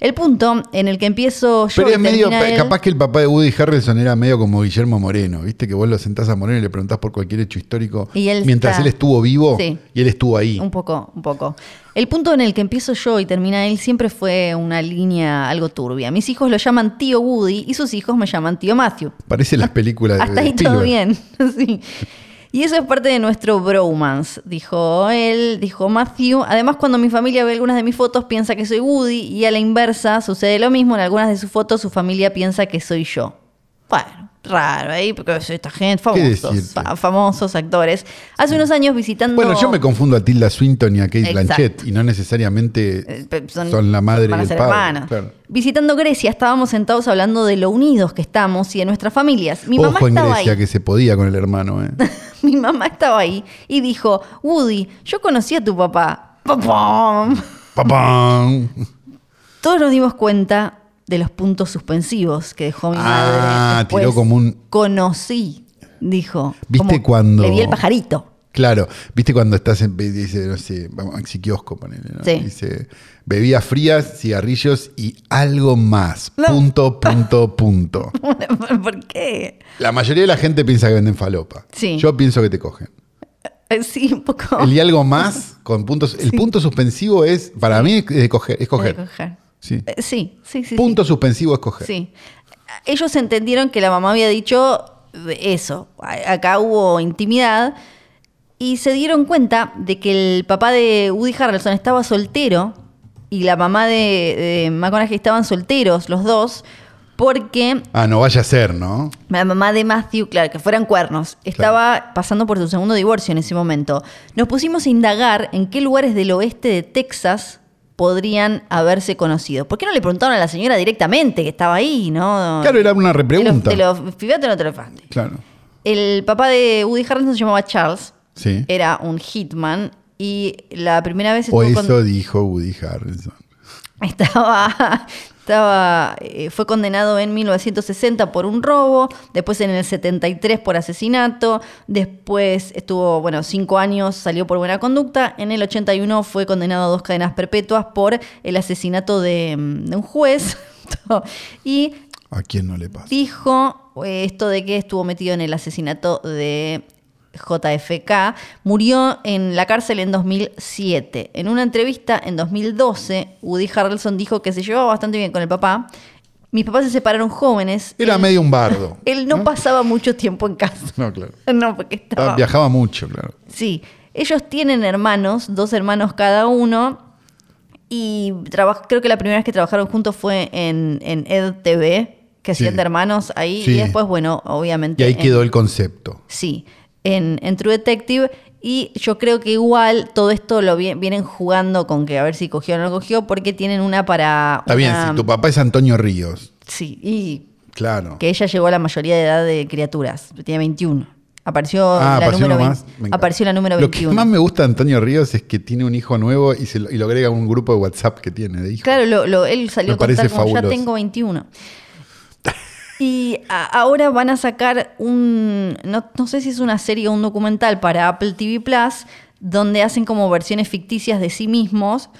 El punto en el que empiezo yo.
Pero
y
es medio,
termina él-
capaz que el papá de Woody Harrelson era medio como Guillermo Moreno, viste que vos lo sentás a Moreno y le preguntás por cualquier hecho histórico
Y él
mientras
está-
él estuvo vivo
Sí.
y él estuvo ahí.
Un poco, un poco. El punto en el que empiezo yo y termina él siempre fue una línea algo turbia. Mis hijos lo llaman tío Woody y sus hijos me llaman tío Matthew. [LAUGHS]
Parece las películas de
Hasta ahí
Spielberg.
todo bien. [LAUGHS] sí. Y eso es parte de nuestro bromance, dijo él, dijo Matthew. Además, cuando mi familia ve algunas de mis fotos, piensa que soy Woody, y a la inversa sucede lo mismo. En algunas de sus fotos, su familia piensa que soy yo. Bueno, raro ahí, porque es esta gente, famosos,
decirte?
fa- famosos actores. Hace unos años visitando.
Bueno, yo me confundo a Tilda Swinton y a Kate
Exacto.
Blanchett y no necesariamente
Eh, pe-
son, la madre
van a
y el
ser
padre.
hermanos.
Claro.
Visitando Grecia, estábamos sentados hablando de lo unidos que estamos y de nuestras familias. Mi mamá
Ojo en
estaba
Grecia
ahí.
que se podía con el hermano.
[LAUGHS]
¿eh?
Mi mamá estaba ahí y dijo, Woody, yo conocí a tu papá. ¡Papam!
¡Papam!
Todos nos dimos cuenta de los puntos suspensivos que dejó mi madre.
Ah,
después.
tiró como un-
Conocí, dijo.
¿Viste
Como,
cuando-
Le vi el pajarito. [LAUGHS]
Claro, viste cuando estás en, dice, no sé, vamos, Maxi Kiosco, ponele, ¿no?
Sí.
Dice, bebidas frías, cigarrillos y algo más.
No.
Punto, punto,
[LAUGHS]
punto.
¿Por qué?
La mayoría de la gente piensa que venden falopa.
Sí.
Yo pienso que te cogen.
Eh, Sí, un poco.
El y algo más con puntos. El punto suspensivo es, para mí, es de coger. Es coger.
De coger.
Sí.
Eh, Sí, sí, sí.
punto
sí.
suspensivo es coger.
Sí. Ellos entendieron que la mamá había dicho eso. A- Acá hubo intimidad. Y se dieron cuenta de que el papá de Woody Harrelson estaba soltero y la mamá de, de McConaughey estaban solteros los dos porque
Ah, no vaya a ser, ¿no?
la mamá de Matthew, claro, que fueran cuernos, estaba pasando por su segundo divorcio en ese momento. Nos pusimos a indagar en qué lugares del oeste de Texas podrían haberse conocido. ¿Por qué no le preguntaron a la señora directamente que estaba ahí, no?
Claro, era una repregunta.
Te lo, te lo fifaste o no te lo fifaste?
Claro.
El papá de Woody Harrelson se llamaba Charles,
Sí.
era un hitman y la primera vez
O
estuvo con-
eso dijo Woody Harrelson.
[LAUGHS] estaba, estaba, eh, fue condenado en 1960 por un robo, después en el 73 por asesinato, después estuvo, bueno, cinco años, salió por buena conducta, en el 81 fue condenado a dos cadenas perpetuas por el asesinato de, mm, de un juez [LAUGHS] y
¿A quién no le pasa?
dijo eh, esto de que estuvo metido en el asesinato de JFK, murió en la cárcel en 2007. En una entrevista en 2012, Woody Harrelson dijo que se llevaba bastante bien con el papá. Mis papás se separaron jóvenes.
Era
él,
medio
[LAUGHS]
un bardo.
él no, pasaba mucho tiempo en casa. [LAUGHS]
No, claro.
No, porque
Ah,
estaba...
Viajaba mucho, claro.
Sí, ellos tienen hermanos, dos hermanos cada uno. Y traba- creo que la primera vez que trabajaron juntos fue en, en EdTV, que hacían
Sí.
de hermanos ahí.
Sí.
Y después, bueno, obviamente.
Y ahí
en-
quedó el concepto.
Sí, en, en True Detective. Y yo creo que igual todo esto lo vi- vienen jugando con que a ver si cogió o no cogió, porque tienen una para.
Está bien,
una-
si tu papá es Antonio Ríos,
Sí, y
claro.
que ella llegó a la mayoría de edad de criaturas. Tiene 21. Apareció, la,
Ah, apareció
número 20
uno más. Me encanta.
apareció la número
Lo
21.
que más me gusta de Antonio Ríos es que tiene un hijo nuevo y, se lo, y lo agrega a un grupo de WhatsApp que tiene de hijos.
Claro, lo, lo- él salió
Me
a contar
parece
como ya
fabuloso.
tengo 21. Y a- ahora van a sacar un, no, no sé si es una serie o un documental para Apple TV Plus, donde hacen como versiones ficticias de sí mismos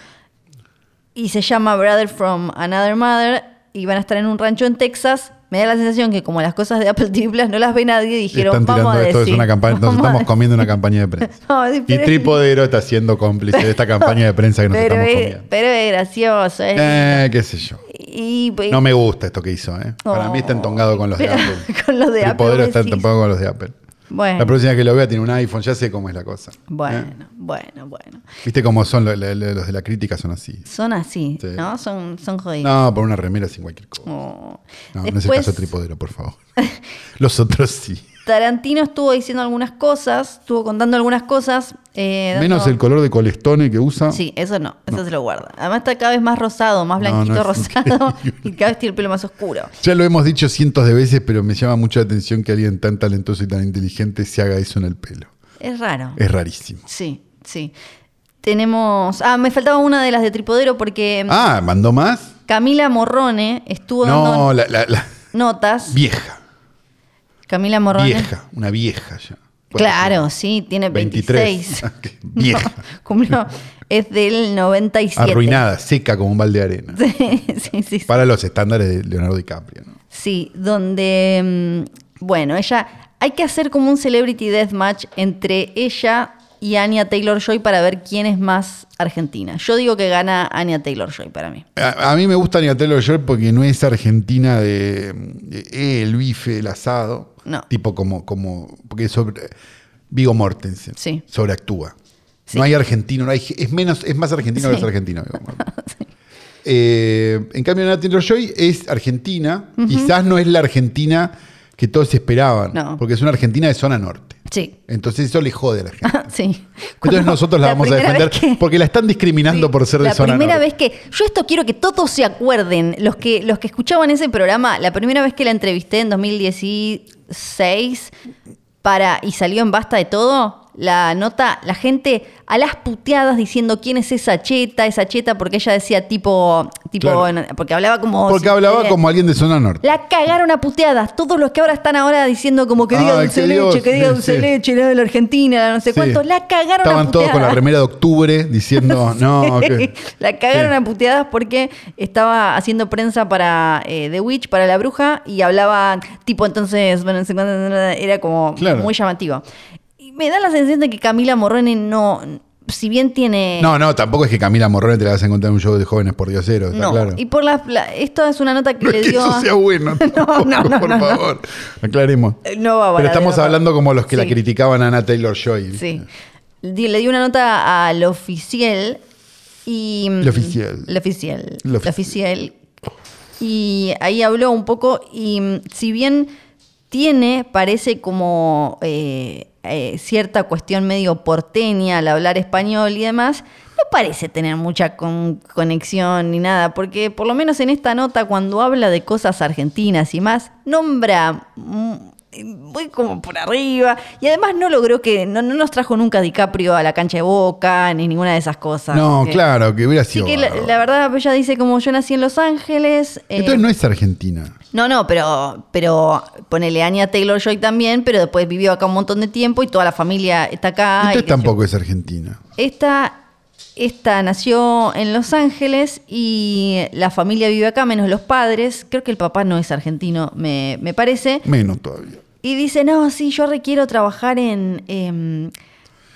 y se llama Brother from Another Mother y van a estar en un rancho en Texas. Me da la sensación que como las cosas de Apple TV Plus no las ve nadie, dijeron,
Están
vamos
tirando
a
esto,
decir.
es una campaña, nos
vamos a
estamos
decir".
comiendo una campaña de prensa.
[LAUGHS] No, sí,
y
pero-
Tripodero está siendo cómplice de esta campaña de prensa que nos
pero,
estamos
es,
comiendo.
pero es gracioso. es-
Eh, qué sé yo.
y, y-
No me gusta esto que hizo, ¿eh? Para mí está entongado con los de
Oh. Pero-
Apple.
[LAUGHS] con los de Apple,
Tripodero
vos
está
decís.
entongado con los de Apple. La
Bueno,
próxima que lo vea tiene un iPhone, ya sé cómo es la cosa. ¿eh?
bueno, bueno, bueno.
Viste cómo son lo- lo- lo- los de la crítica, son así.
Son así,
Sí.
¿no? Son, son jodidos.
No, por una remera sin cualquier cosa.
Oh.
No, no es el
Después,
caso de Tripodero,
[LAUGHS]
por favor. Los otros sí.
Tarantino estuvo diciendo algunas cosas, estuvo contando algunas cosas. eh, dando-
Menos el color de colestone que usa.
Sí, eso no, eso se lo guarda. Además está cada vez más rosado, más
No, no,
blanquito
es [LAUGHS]
rosado [LAUGHS]
increíble.
y cada vez tiene el pelo más oscuro.
Ya lo hemos dicho cientos de veces, pero me llama mucho la atención que alguien tan talentoso y tan inteligente se haga eso en el pelo.
Es raro.
Es rarísimo.
Sí, sí. Tenemos... Ah, me faltaba una de las de Tripodero porque
Ah, ¿mandó más?
Camila Morrone estuvo
No,
dando
la, la- la-
notas.
vieja.
Camila Morrone.
Vieja, una vieja ya.
Claro, sí, tiene 26.
[LAUGHS] 23. vieja.
[LAUGHS] No, cumplió. Es del 97.
Arruinada, seca como un balde de arena.
[LAUGHS] Sí, sí, sí.
Para los estándares de Leonardo DiCaprio. ¿no?
Sí, donde. mm, Bueno, ella. Hay que hacer como un celebrity deathmatch entre ella y Anya Taylor Joy para ver quién es más argentina. Yo digo que gana Anya Taylor Joy para mí.
A, a mí me gusta Niatelo York porque no es argentina de, de el bife, el asado.
No.
Tipo como, como porque sobre Vigo Mortensen
Sí.
sobreactúa.
Sí.
No hay argentino, no hay, es menos, es más argentino que
Sí.
es argentino.
[LAUGHS]
Viggo Mortensen. Eh, en cambio, Natalia Taylor Joy es argentina, quizás no es la Argentina que todos esperaban,
No.
porque es una Argentina de zona norte.
Sí. [LAUGHS]
Entonces eso le jode a la gente.
sí. [LAUGHS]
Entonces
Cuando-
nosotros la, vamos a
primera
defender
vez que-
porque la están discriminando por ser de
la
zona
primera
norte.
vez que yo esto quiero que todos se acuerden los que los que escuchaban ese programa la primera vez que la entrevisté en 2016 para y salió en basta de todo la nota la gente a las puteadas diciendo quién es esa cheta esa cheta porque ella decía tipo tipo
Claro.
en- porque hablaba como
Porque hablaba como alguien de zona norte.
la cagaron a puteadas. Todos los que ahora están ahora diciendo como que diga
Ah,
dulce
que
leche,
Dios,
que diga
sí,
dulce
sí.
leche, la de la Argentina, no sé
Sí.
cuánto. La cagaron a puteadas.
Estaban todos con la remera de octubre
[LAUGHS]
diciendo, no, que-
La cagaron
Sí.
a puteadas porque estaba haciendo prensa para eh, The Witch, para la bruja, y hablaba, tipo, entonces, bueno, no sé cuándo, era como
Claro.
muy llamativo. Y me da la sensación de que Camila Morrone no, si bien tiene.
No, no, tampoco es que Camila Morrone te la vas a encontrar en un show de jóvenes por dioseros, está
no.
claro. [LAUGHS]
Y por la, la- Esto es una nota que
No
le
es que
dio.
eso sea bueno, tampoco,
[LAUGHS] no, no,
por
no, no.
favor. Aclaremos.
Eh, No va a
Pero
valer,
estamos
no va a-
hablando como los que la
Sí.
criticaban a Ana Taylor Joy.
Sí. Di- Le di una nota al oficial y.
El oficial.
El oficial.
El oficial.
El oficial. Y ahí habló un poco. Y mm, si bien tiene, parece como eh, eh, cierta cuestión medio porteña al hablar español y demás. No parece tener mucha con- conexión ni nada, porque por lo menos en esta nota, cuando habla de cosas argentinas y más, nombra mm, muy como por arriba. Y además no logró que. No, no nos trajo nunca DiCaprio a la cancha de boca, ni ninguna de esas cosas.
No,
Eh,
claro, que hubiera
Así
sido.
que la,
bárbaro.
la verdad, ella dice como yo nací en Los Ángeles. eh,
Entonces no es Argentina.
no, no, pero, pero ponele Anya Taylor Joy también, pero después vivió acá un montón de tiempo y toda la familia está acá. y
Entonces
qué sé yo.
tampoco es Argentina.
Esta, esta nació en Los Ángeles y la familia vive acá, menos los padres. Creo que el papá no es argentino, me, me parece.
Menos todavía.
Y dice, no, sí, yo requiero trabajar en... em,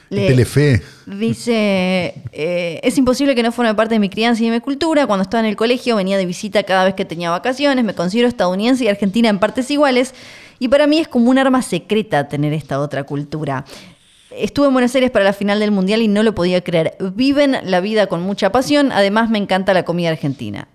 le-
El Telefe.
Dice, eh, es imposible que no forme parte de mi crianza y de mi cultura. Cuando estaba en el colegio venía de visita cada vez que tenía vacaciones. Me considero estadounidense y argentina en partes iguales. Y para mí es como un arma secreta tener esta otra cultura. Estuve en Buenos Aires para la final del Mundial y no lo podía creer. Viven la vida con mucha pasión. Además me encanta la comida argentina.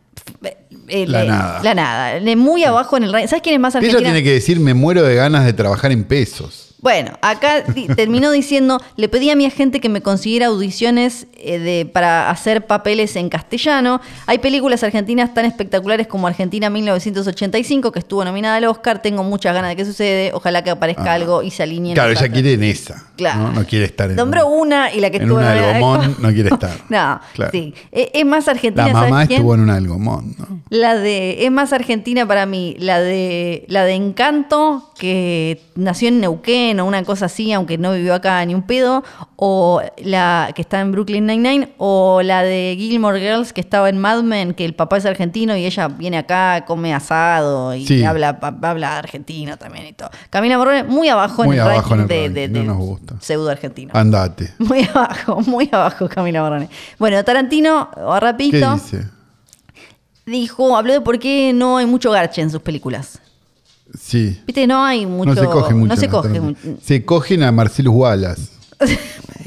Eh,
La
le-
nada.
La nada. Le- Muy abajo en el ranking. ¿Sabes quién es más
Ella
argentina?
tiene que decir, me muero de ganas de trabajar en pesos.
Bueno, acá
[LAUGHS]
di- terminó diciendo, le pedí a mi agente que me consiguiera audiciones eh, de, para hacer papeles en castellano. Hay películas argentinas tan espectaculares como Argentina 1985, que estuvo nominada al Oscar. Tengo muchas ganas de que sucede. Ojalá que aparezca
Ah.
algo y se alineen.
Claro,
las
ella
otras.
quiere en esa.
Claro.
¿no? No quiere estar en
Nombró
un-
una y la que
en
estuvo
una
nominada al [LAUGHS]
Algomón
Oscar.
no quiere estar.
No,
Claro.
sí. Eh, Es más argentina.
La mamá
¿sabes quién?
estuvo en un Algomón. ¿no?
La de, es más argentina para mí, la de, la de Encanto, que nació en Neuquén o una cosa así, aunque no vivió acá ni un pedo, o la que está en Brooklyn Nine-Nine, o la de Gilmore Girls, que estaba en Mad Men, que el papá es argentino y ella viene acá, come asado y
Sí.
habla, pa- habla argentino también y todo. Camila Morrones, muy abajo
Muy
en el
abajo en
ranking
el
de,
ranking, no nos gusta.
pseudo argentino.
Andate.
[LAUGHS] Muy abajo, muy abajo Camila Morrones. Bueno, Tarantino, o
¿Qué
rapidito
dice?
dijo, habló de por qué no hay mucho garche en sus películas.
Sí.
Viste, no hay mucho.
no se coge mucho.
No se
en
coge
Tarantino.
mu-
Se cogen a Marcelo Wallace.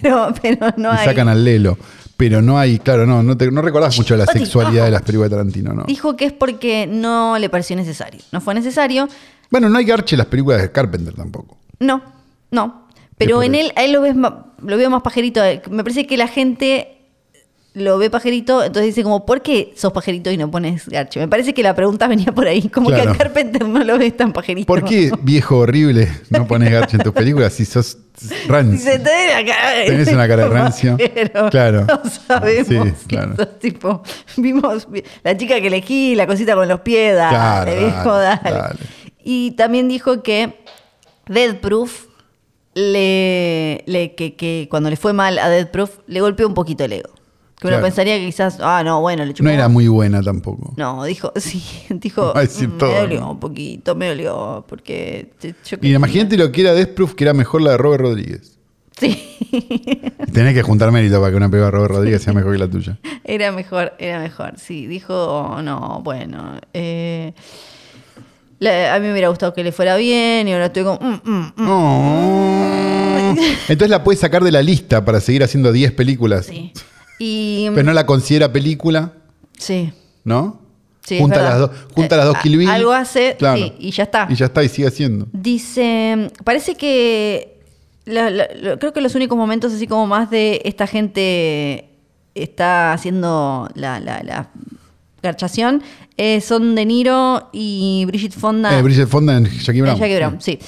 pero, pero no
y
hay.
sacan al Lelo. Pero no hay, claro, no, no, te- no recordás mucho la
Pati,
sexualidad
baja.
de las películas de Tarantino, ¿no?
Dijo que es porque no le pareció necesario. No fue necesario.
Bueno, no hay garche en las películas de Carpenter tampoco.
No, no.
¿Y
Pero
por
en
qué?
él, a él lo ves ma- lo veo más pajerito. Me parece que la gente lo ve pajerito, entonces dice como, ¿por qué sos pajerito y no pones garche? Me parece que la pregunta venía por ahí, como que
Claro.
a Carpenter no lo ves tan pajerito.
¿Por qué, viejo horrible, no pones garche en tus películas si sos rancio?
Dice, tenés la cara de-
Tenés
[LAUGHS]
una cara de rancio.
Pero
Claro.
No sabemos.
Sí, claro.
qué sos, tipo, vimos vi- la chica que elegí, la cosita con los pies, dale,
Claro,
viejo,
dale,
dale.
dale.
Y también dijo que Dead Proof, le, le- que, que cuando le fue mal a Dead Proof, le golpeó un poquito el ego. Que uno
Claro.
pensaría que quizás, ah, no, bueno, le chupó.
No era muy buena tampoco.
No, dijo, [LAUGHS] sí, dijo,
Va a decir
"Mm,
todo,
me
¿no?
dolió un poquito, me dolió, porque yo
Y
quería".
imagínate lo que era Death Proof, que era mejor la de Robert Rodríguez.
Sí.
Tenés que juntar mérito para que una película de Robert Rodríguez sea mejor que la tuya.
Era mejor, era mejor, sí. Dijo, no, bueno. eh, la- a mí me hubiera gustado que le fuera bien y ahora estoy como... mm, mm, mm.
No. Entonces la puedes sacar de la lista para seguir haciendo 10 películas.
Sí. Y...
Pero no la considera película,
Sí.
¿no?
Sí,
junta
es
las
verdad.
dos, junta
Eh,
las dos Kill Bill.
algo hace, sí, y ya está.
Y ya está y sigue haciendo.
Dice, parece que... la- la- lo- creo que los únicos momentos así como más de esta gente está haciendo la... la- la garchación eh, son De Niro y Brigitte Fonda.
Eh, Bridget Fonda en Jackie Brown.
Eh, Jackie Brown, sí.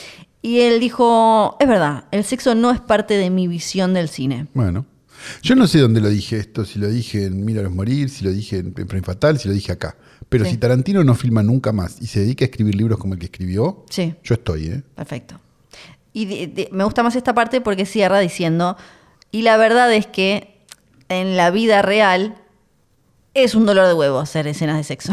Y él dijo, es verdad, el sexo no es parte de mi visión del cine.
Bueno. Yo no sé dónde lo dije esto, si lo dije en Míralos Morir, si lo dije en en Frame Fatal, si lo dije acá. Pero
Sí.
si Tarantino no filma nunca más y se dedica a escribir libros como el que escribió,
Sí.
yo estoy, ¿eh?
Perfecto. Y de- de- me gusta más esta parte porque cierra diciendo, y la verdad es que en la vida real es un dolor de huevo hacer escenas de sexo.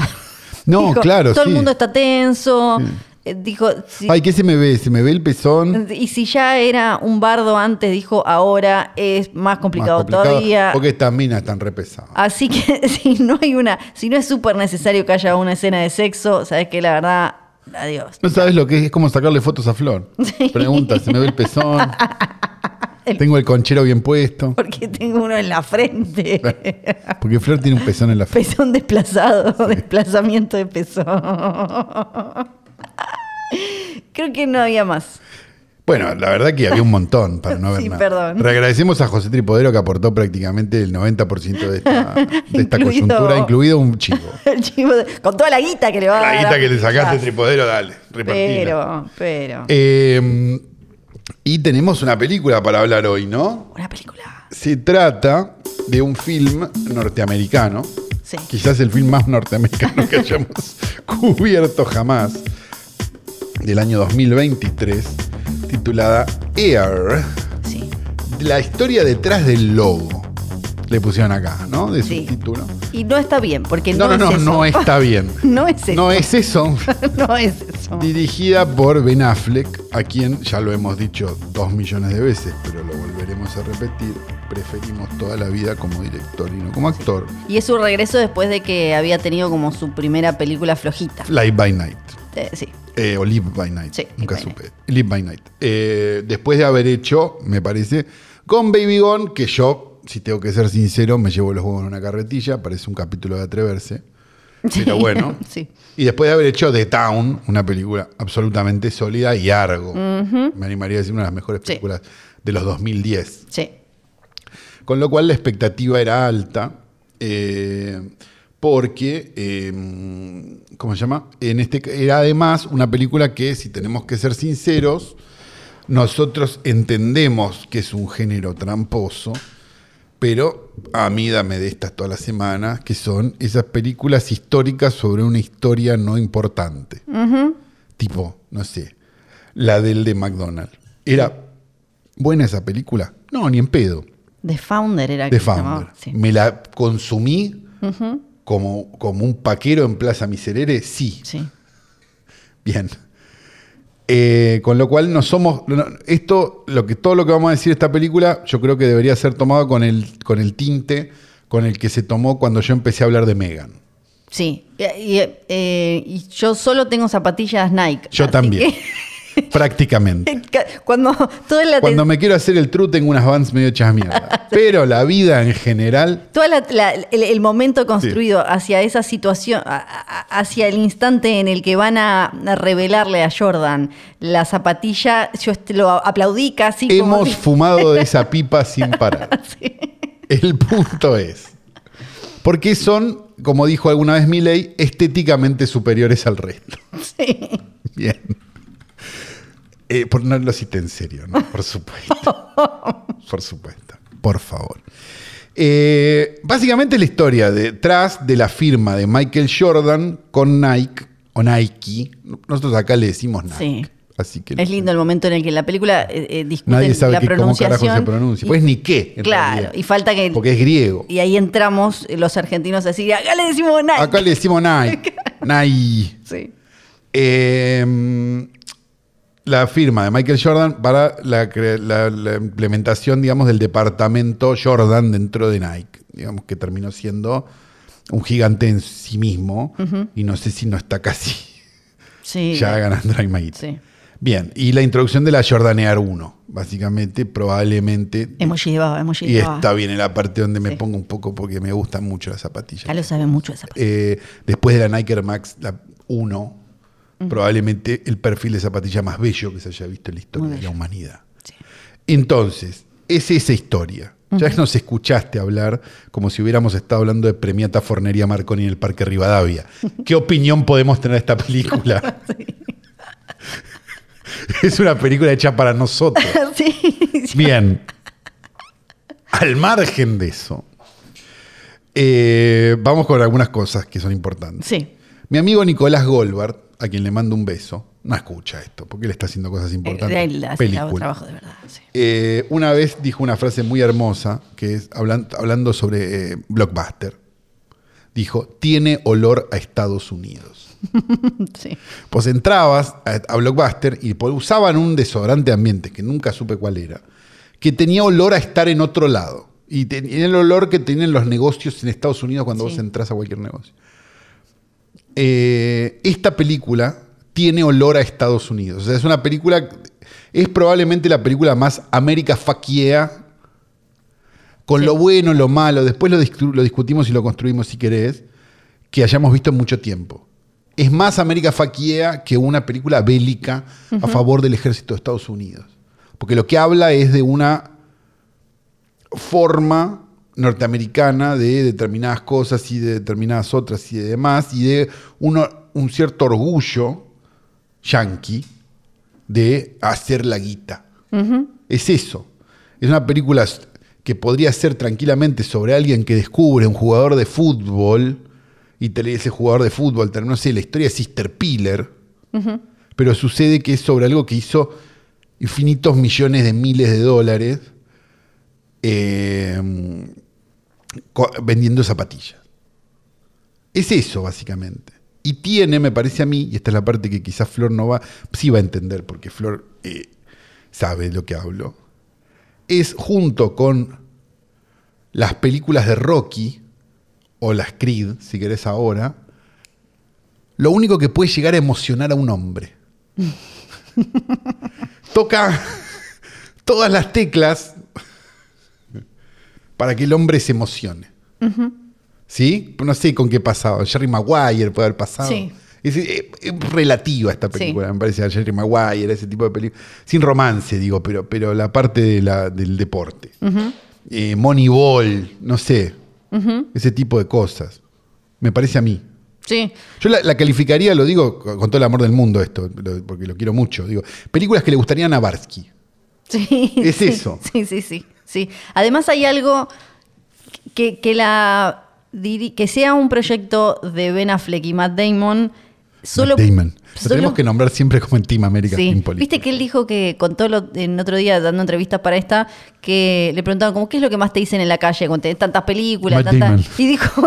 [LAUGHS]
No,
Dijo,
claro,
Todo el
sí.
mundo está tenso.
Sí.
Eh, Dijo, si-
Ay, ¿qué se me ve? ¿Se me ve el pezón?
y si ya era un bardo antes, dijo, ahora es más complicado,
Más complicado,
todavía.
Porque estas minas están repesadas.
Así que [LAUGHS] si no hay una, si no es súper necesario que haya una escena de sexo, sabes que la verdad, adiós. [LAUGHS]
No sabes lo que es, es como sacarle fotos a Flor. Pregunta, ¿se me ve el pezón?
[LAUGHS]
Tengo el conchero bien puesto.
Porque tengo uno en la
[LAUGHS]
frente.
Porque Flor tiene un pezón en
[LAUGHS]
la frente.
Pezón desplazado, desplazamiento de pezón. [LAUGHS] Creo que no había más. [LAUGHS]
Bueno, la verdad que había un montón para no ver
Sí,
nada.
perdón.
Le agradecemos a José Tripodero que aportó prácticamente el 90% de esta, de esta
Incluido-
coyuntura, incluido un chivo.
El chivo de- con toda la guita que le va a
La
dar.
guita
a-
que le sacaste,
Ah,
Tripodero, dale. repartila.
Pero, pero.
Eh, y tenemos una película para hablar hoy, ¿no?
Una película.
Se trata de un film norteamericano,
Sí.
quizás el film más norteamericano que hayamos [LAUGHS] cubierto jamás, del año 2023, titulada Air,
Sí.
la historia detrás del lobo. Le pusieron acá, ¿no? De
Sí.
subtítulo.
Y no está bien, porque no,
No, no, no,
es eso. [LAUGHS]
no está bien.
No es eso.
No es eso.
[LAUGHS] no es eso.
Dirigida por Ben Affleck, a quien ya lo hemos dicho dos millones de veces, pero lo volveremos a repetir. Preferimos toda la vida como director y no como actor.
Y es su regreso después de que había tenido como su primera película flojita.
Live by Night.
Eh, sí,
eh, o Live by Night.
Sí,
Nunca
Live by
supe. Live by Night. Eh, después de haber hecho, me parece, con Baby Gone, que yo, si tengo que ser sincero, me llevo los huevos en una carretilla. Parece un capítulo de atreverse. Pero bueno.
[LAUGHS] Sí.
Y después de haber hecho The Town, una película absolutamente sólida y Argo. Me animaría a decir una de las mejores
Sí.
películas de los 2010.
Sí.
Con lo cual la expectativa era alta, eh, porque, eh, ¿cómo se llama? En este, ca- era además una película que, si tenemos que ser sinceros, nosotros entendemos que es un género tramposo, pero a mí dame de estas todas las semanas, que son esas películas históricas sobre una historia no importante. Tipo, no sé, la del de McDonald's. ¿Era buena esa película? No, ni en pedo.
The Founder era
The
que se
Founder.
llamaba, sí.
Me la consumí como, como un paquero en Plaza Miserere, sí.
Sí.
Bien. Eh, con lo cual no somos. no- esto, lo que, todo lo que vamos a decir de esta película, yo creo que debería ser tomado con el, con el tinte con el que se tomó cuando yo empecé a hablar de Megan.
Sí. Y, y- eh, y yo solo tengo zapatillas Nike.
Yo
así
también. [LAUGHS] Prácticamente.
que- [LAUGHS] cuando toda la,
Cuando me quiero hacer el true tengo unas bands medio
[LAUGHS]
hechas mierda. Pero la vida en general
toda la- la- el, el momento construido hacia esa situación, a- a- hacia el instante en el que van a, a revelarle a Jordan la zapatilla, yo este, lo aplaudí casi. como
hemos
si- [LAUGHS]
fumado de esa pipa sin parar.
Sí.
El punto es, porque son, como dijo alguna vez Milei, estéticamente superiores al resto?
Sí.
Bien. Eh, por no lo cité en serio, ¿no? Por supuesto.
[LAUGHS]
Por supuesto. Por favor. Eh, básicamente la historia detrás de la firma de Michael Jordan con Nike o Nike. Nosotros acá le decimos Nike.
Sí.
Así que
Es lindo el momento en el que la película eh, eh, discute
nadie sabe
la
que- cómo
pronunciación.
carajo se pronuncia.
y-
Pues ni qué. en
claro,
realidad.
y falta que-
Porque es griego.
Y ahí entramos eh, los argentinos así, acá le decimos Nike.
Acá le
[LAUGHS]
decimos Nike. Nike.
Sí.
Eh, la firma de Michael Jordan para la, cre- la- la implementación, digamos, del departamento Jordan dentro de Nike. Digamos que terminó siendo un gigante en sí mismo. Y no sé si no está casi
Sí.
ya ganando la imagen.
Sí.
Bien, y la introducción de la Jordanear 1, básicamente, probablemente.
Emoji de baba, emoji
Y
de baba.
esta viene la parte donde me
Sí.
pongo un poco porque me gustan mucho las zapatillas.
Acá lo sabe mucho esa parte.
Eh, después de la Nike Air Max la 1, probablemente el perfil de zapatilla más bello que se haya visto en la historia
Muy
de la
bello.
humanidad.
Sí.
Entonces, es esa historia. Ya nos escuchaste hablar como si hubiéramos estado hablando de Premiata Fornería Marconi en el
[LAUGHS]
Parque Rivadavia. ¿Qué opinión podemos tener de esta película? [LAUGHS] es una película hecha para nosotros.
[LAUGHS] Sí, sí.
Bien. Al margen de eso, eh, vamos con algunas cosas que son importantes.
Sí.
Mi amigo Nicolás Goldberg, a quien le mando un beso, no escucha esto, porque él está haciendo cosas importantes.
Eh, él hace
Película.
tra- trabajo de verdad. sí.
Eh, una vez dijo una frase muy hermosa, que es hablan- hablando sobre eh, Blockbuster. Dijo, tiene olor a Estados Unidos.
Sí.
Pues entrabas a, a Blockbuster y po- usaban un desodorante ambiente, que nunca supe cuál era, que tenía olor a estar en otro lado. Y tenía el olor que tienen los negocios en Estados Unidos cuando
Sí.
vos entras a cualquier negocio. Eh, esta película tiene olor a Estados Unidos. O sea, es una película. Es probablemente la película más América faquiea. Con
Sí.
lo bueno, lo malo. Después lo, discu- lo discutimos y lo construimos si querés. Que hayamos visto en mucho tiempo. Es más América faquiea que una película bélica a favor del ejército de Estados Unidos. Porque lo que habla es de una forma norteamericana de determinadas cosas y de determinadas otras y de demás, y de uno- un cierto orgullo yanqui de hacer la guita. Es eso. Es una película s- que podría ser tranquilamente sobre alguien que descubre un jugador de fútbol y te lee ese jugador de fútbol, te- no sé, la historia de Sister Piller, pero sucede que es sobre algo que hizo infinitos millones de miles de dólares eh, co- vendiendo zapatillas. Es eso, básicamente. Y tiene, me parece a mí, y esta es la parte que quizás Flor no va, sí va a entender, porque Flor eh, sabe de lo que hablo, es junto con las películas de Rocky, o las Creed, si querés ahora, lo único que puede llegar a emocionar a un hombre. Toca todas las teclas para que el hombre se emocione. ¿Sí? No sé con qué pasaba. Jerry Maguire puede haber pasado.
Sí.
Es, es- es relativa esta película, me parece, a Jerry Maguire, ese tipo de película. Sin romance, digo, pero, pero la parte de la- del deporte. Eh, Moneyball, no sé. Ese tipo de cosas. Me parece a mí.
Sí.
Yo la, la calificaría, lo digo con con todo el amor del mundo esto, lo- porque lo quiero mucho. Digo, películas que le gustarían a Barsky.
Sí,
Es
sí,
eso.
Sí, sí, sí, sí. Además hay algo que, que la diri- que sea un proyecto de Ben Affleck y Matt Damon solo
Matt Damon. Lo
solo-
tenemos que nombrar siempre como en Team América.
Sí.
Team Política.
Viste que él dijo que contó lo- en otro día dando entrevistas para esta que le preguntaban como qué es lo que más te dicen en la calle con tenés tantas películas,
Matt
tantas
Damon.
y dijo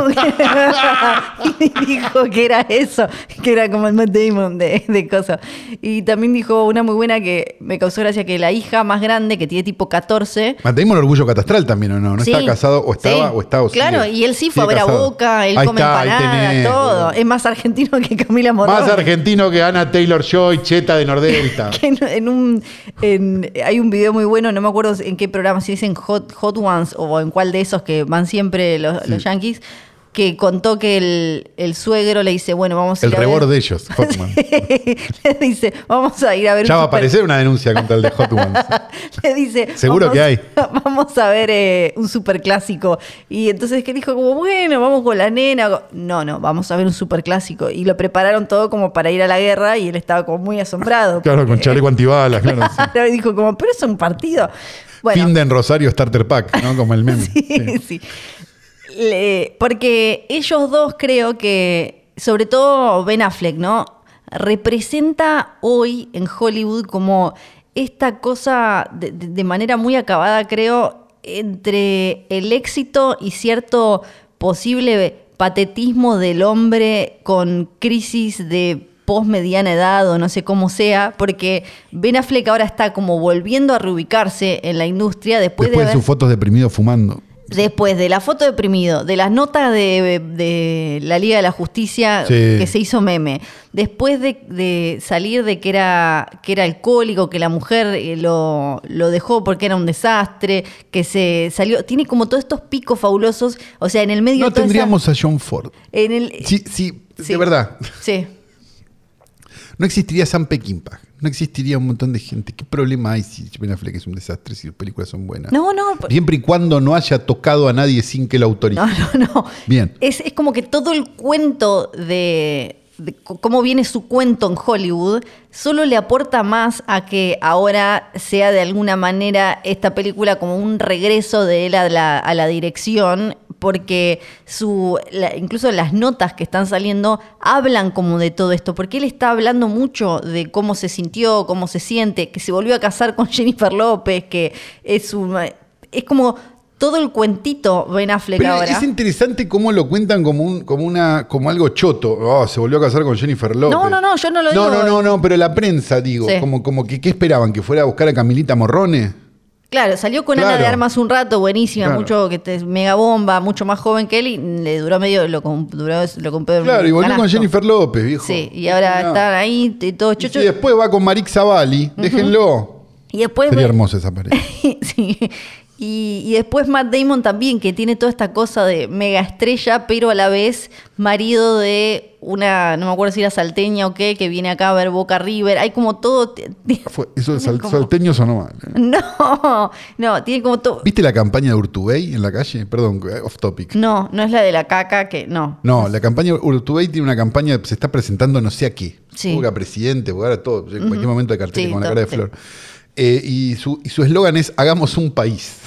que, [LAUGHS] y dijo que era eso, que era como el Matt Damon de, de cosas. Y también dijo una muy buena que me causó gracia que la hija más grande que tiene tipo 14
Matt Damon, orgullo catastral también, ¿o no? No
Sí.
está casado, o estaba,
Sí.
o estaba. o sigue.
Claro, y él sí fue a
Sigue
ver a
casado.
Boca, él
Ahí
come
está, ahí
empanada,
tenés,
todo.
boludo.
Es más argentino que Camila Morón.
Más argentino que Ana Taylor Joy, Cheta de Nordelta.
[LAUGHS] Que en, en un en- hay un video muy bueno, no me acuerdo en qué programa, si dicen Hot, Hot Ones o en cuál de esos que van siempre los, los yankees, que contó que el, el suegro le dice, bueno, vamos a
el
ir a ver- [LAUGHS]
rebord de ellos, Hotman.
le dice, vamos a ir a ver
Ya
un
va a
super-
aparecer una denuncia contra el de Hotman.
[LAUGHS] le dice
Seguro
vamos-
que hay.
[LAUGHS] vamos a ver eh, un superclásico y entonces que dijo como bueno vamos con la nena no no vamos a ver un superclásico y lo prepararon todo como para ir a la guerra y él estaba como muy asombrado
Claro, con
porque-
chaleco antibalas, claro. sí.
Claro, y dijo como pero es un partido [LAUGHS] bueno
Finda en Rosario Starter Pack, ¿no? Como el
[LAUGHS]
meme.
sí, sí. Le- porque ellos dos creo que, sobre todo Ben Affleck, ¿no? Representa hoy en Hollywood como esta cosa de, de- de manera muy acabada, creo, entre el éxito y cierto posible patetismo del hombre con crisis de post mediana edad o no sé cómo sea, porque Ben Affleck ahora está como volviendo a reubicarse en la industria después,
Después
de
de
haber
sus fotos deprimido fumando.
Después de la foto deprimido, de las notas de, de la Liga de la Justicia
Sí.
que se hizo meme, después de, de salir de que era, que era alcohólico, que la mujer eh, lo, lo dejó porque era un desastre, que se salió, tiene como todos estos picos fabulosos, o sea, en el medio
No
de toda esa-
tendríamos a John Ford.
en el,
Sí, sí,
eh, Sí.
de verdad.
sí.
No existiría Sam Peckinpah. No existiría un montón de gente. ¿Qué problema hay si Ben Affleck es un desastre, si sus películas son buenas?
No, no, por-
Siempre y cuando no haya tocado a nadie sin que lo autorice.
No, no, no.
Bien.
Es, es como que todo el cuento de, de c- cómo viene su cuento en Hollywood solo le aporta más a que ahora sea de alguna manera esta película como un regreso de él a la, a la dirección porque su la- incluso las notas que están saliendo hablan como de todo esto, porque él está hablando mucho de cómo se sintió, cómo se siente, que se volvió a casar con [LAUGHS] Jennifer López, que es un es como todo el cuentito Ben Affleck
Pero
ahora.
es interesante cómo lo cuentan como un, como una, como algo choto. Oh, se volvió a casar con Jennifer López.
No, no, no, yo no lo
No,
digo.
no, no, no, pero la prensa, digo,
Sí.
como, como que, ¿qué esperaban? ¿Que fuera a buscar a Camilita Morrone?
Claro, salió con Ana
Claro.
de Armas un rato, buenísima,
Claro.
mucho que te, mega bomba, mucho más joven que él y le duró medio, lo, com- duró, lo compró en
Claro, y volvió con
canasto.
Jennifer López, viejo.
Sí, y ahora
No.
están ahí t- todos
Y si
chochos.
después va con Marik Zavalli, déjenlo.
Y después
Sería
ve-
hermosa esa pareja.
[LAUGHS] sí. Y, y después Matt Damon también, que tiene toda esta cosa de mega estrella, pero a la vez marido de una, no me acuerdo si era salteña o qué, que viene acá a ver Boca River. Hay como todo. t- [LAUGHS] t-
Fue- eso de sal-
¿Cómo?
salteño sonó mal. ¿eh?
No, no, tiene como todo.
¿Viste la campaña de Urtubey en la calle? Perdón, eh, off topic.
No, no es la de la caca, que no.
No, la campaña Urtubey tiene una campaña, se está presentando no sé a qué.
Sí.
Supongo que a presidente, porque ahora todo, en cualquier momento de cartel
Sí,
con la
todo,
cara de
sí.
flor. Eh, y su y su eslogan es hagamos un país.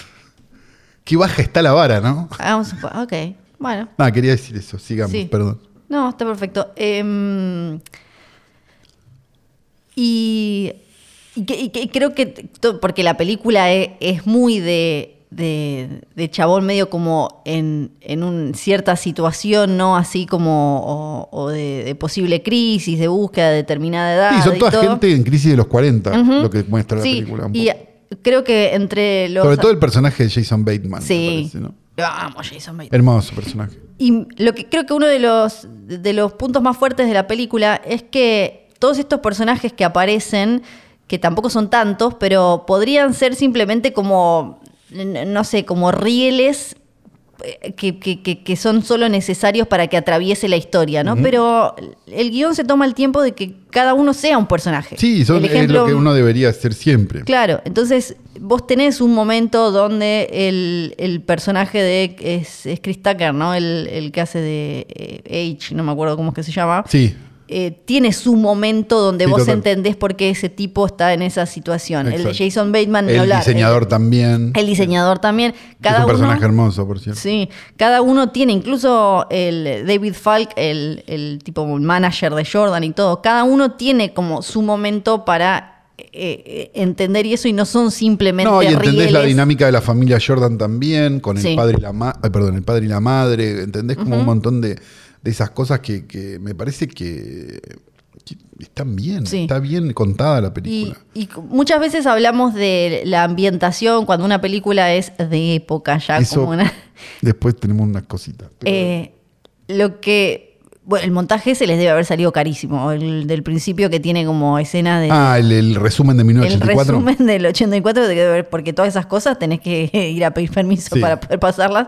Qué baja está la vara, ¿no?
Hagamos un pa- Ok, bueno.
Nada, quería decir eso, sigamos,
Sí.
perdón.
No, está perfecto. Em, y, y que- y que- y creo que, to- porque la película e- es, muy de, de, de chabón medio como en, en un- cierta situación, ¿no? Así como, o, o de, de posible crisis, de búsqueda de determinada edad.
Sí, son
y
toda
todo.
gente en crisis de los 40,
Ujú.
lo que muestra
Sí,
la película. un
Y
poco.
creo que entre los...
Sobre todo el personaje de Jason Bateman. me
Sí.
parece, ¿no?
Vamos, Jason Bateman.
Hermoso personaje.
Y lo que creo que uno de los, de los puntos más fuertes de la película es que todos estos personajes que aparecen, que tampoco son tantos, pero podrían ser simplemente como, n- no sé, como rieles eh, que, que- que- que son solo necesarios para que atraviese la historia, ¿no? Pero el guión se toma el tiempo de que cada uno sea un personaje.
Sí, son-
El
es lo que
ejemplo-
uno debería hacer siempre.
Claro, entonces vos tenés un momento donde el, el personaje de es, es Chris Tucker, ¿no? El, el que hace de eh, H, no me acuerdo cómo es que se llama.
Sí,
Eh, tiene su momento donde
Sí,
vos
total.
entendés por qué ese tipo está en esa situación. El
Exacto.
de Jason Bateman, ni
el
hablar.
diseñador también.
El, el diseñador también. Cada
es un
uno,
personaje hermoso, por cierto.
Sí, cada uno tiene, incluso el David Falk, el, el tipo manager de Jordan y todo, cada uno tiene como su momento para eh, eh, entender y eso y no son simplemente
No, y entendés la
rieles.
dinámica de la familia Jordan también, con el
Sí.
padre y la ma- ay, perdón, el padre y la madre, entendés como un montón de, de esas cosas que, que me parece que, que están bien,
Sí.
está bien contada la
Y,
película.
y c- muchas veces hablamos de la ambientación cuando una película es de época ya
Eso
como una...
[LAUGHS] después tenemos unas cositas. pero-
Eh, lo que... Bueno, el montaje se les debe haber salido carísimo, el del principio que tiene como escena de...
ah, el, el resumen de
el
1984.
resumen del 84 te quedó ver, porque todas esas cosas tenés que [LAUGHS] ir a pedir permiso
Sí.
para poder pasarlas.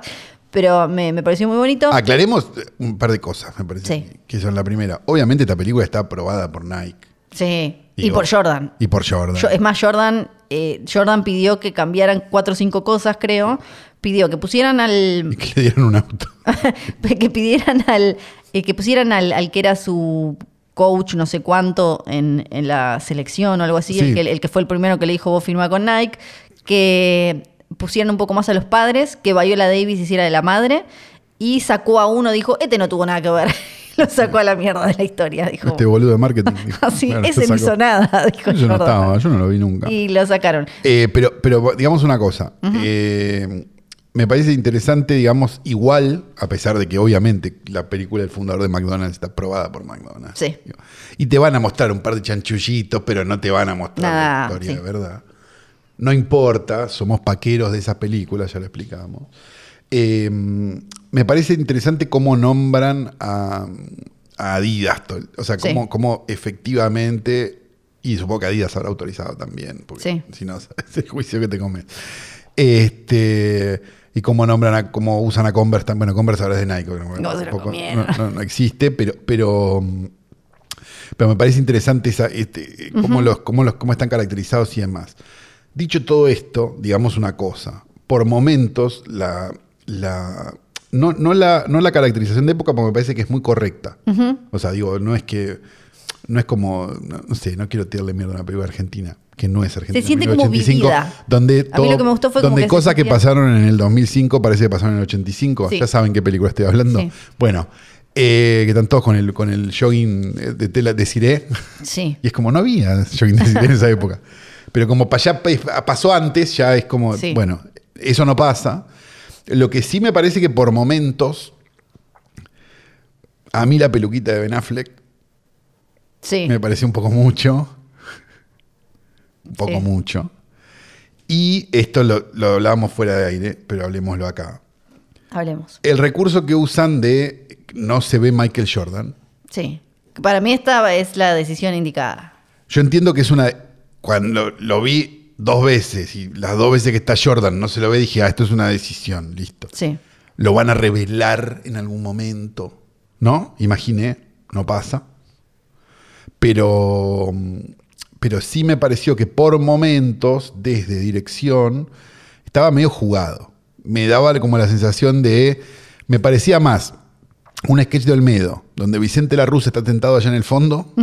Pero me, me pareció muy bonito.
[LAUGHS] Aclaremos eh, un par de cosas, me parece,
Sí.
que- que son la primera. Obviamente esta película está aprobada por Nike
sí. y
digo,
por Jordan.
y por Jordan.
Yo- es más, Jordan, eh, Jordan pidió que cambiaran cuatro o cinco cosas, creo. Pidió que pusieran
[LAUGHS] y
al.
que le dieron un auto.
[LAUGHS] que pidieran al. eh, que pusieran al, al que era su coach, no sé cuánto, en, en la selección o algo así,
Sí.
el, que, el que fue el primero que le dijo vos firma con Nike, que pusieran un poco más a los padres, que Viola Davis hiciera de la madre, y sacó a uno, dijo, este no tuvo nada que ver. [LAUGHS] Lo sacó a la mierda de la historia, dijo.
Este boludo de marketing. dijo.
[LAUGHS] Así,
Claro,
ese
se
no
sacó.
hizo nada, [LAUGHS] dijo
Yo no
Jordan.
estaba, yo no lo vi nunca.
Y lo sacaron.
Eh, pero, pero digamos una cosa. eh, me parece interesante, digamos, igual, a pesar de que obviamente la película del fundador de McDonald's está aprobada por McDonald's.
Sí.
Y te van a mostrar un par de chanchullitos, pero no te van a mostrar
Nada,
la historia,
sí.
de ¿verdad? No importa, somos paqueros de esas películas, ya lo explicábamos. Eh, me parece interesante cómo nombran a, a Adidas. to- O sea,
Sí.
cómo, cómo efectivamente, y supongo que Adidas habrá autorizado también, porque
Sí.
si no, [LAUGHS] es el juicio que te comes. Este, y cómo nombran, a, cómo usan a Converse, tan- bueno, Converse ahora es de Nike, bueno,
No se lo
tampoco-
comieron.
no- no- no existe, pero, pero, mm, pero me parece interesante esa, este, eh, cómo, los, cómo, los, cómo están caracterizados y demás. Dicho todo esto, digamos una cosa, por momentos la... la no, no, la, no la caracterización de época, porque me parece que es muy correcta. O sea, digo, no es que. No es como. No, no sé, no quiero tirarle mierda a una película argentina, que no es argentina.
siente como vivida.
Donde,
A mí lo que me gustó fue como
donde
que se
cosas que
sentía-
pasaron en el 2005 parece que pasaron en el 85.
Sí.
Ya saben qué película estoy hablando.
Sí.
Bueno, eh, que están todos con el, con el jogging eh, de tela de Ciré.
Sí.
Y es como no había jogging de Ciré en esa época. Pero como pa- ya pa- pasó antes, ya es como,
Sí.
bueno, eso no pasa. Lo que sí me parece que por momentos, a mí la peluquita de Ben Affleck
Sí.
me pareció un poco mucho. Un poco
Sí.
mucho. Y esto lo, lo hablábamos fuera de aire, pero hablemoslo acá.
Hablemos.
El recurso que usan de no se ve Michael Jordan.
Sí. Para mí esta es la decisión indicada.
Yo entiendo que es una. Cuando lo vi dos veces y las dos veces que está Jordan no se lo ve, dije, ah, esto es una decisión, listo.
Sí.
Lo van a revelar en algún momento. ¿No? Imaginé, no pasa. Pero. Pero sí me pareció que por momentos, desde dirección, estaba medio jugado. Me daba como la sensación de. Me parecía más un sketch de Olmedo, donde Vicente Larrusa está tentado allá en el fondo,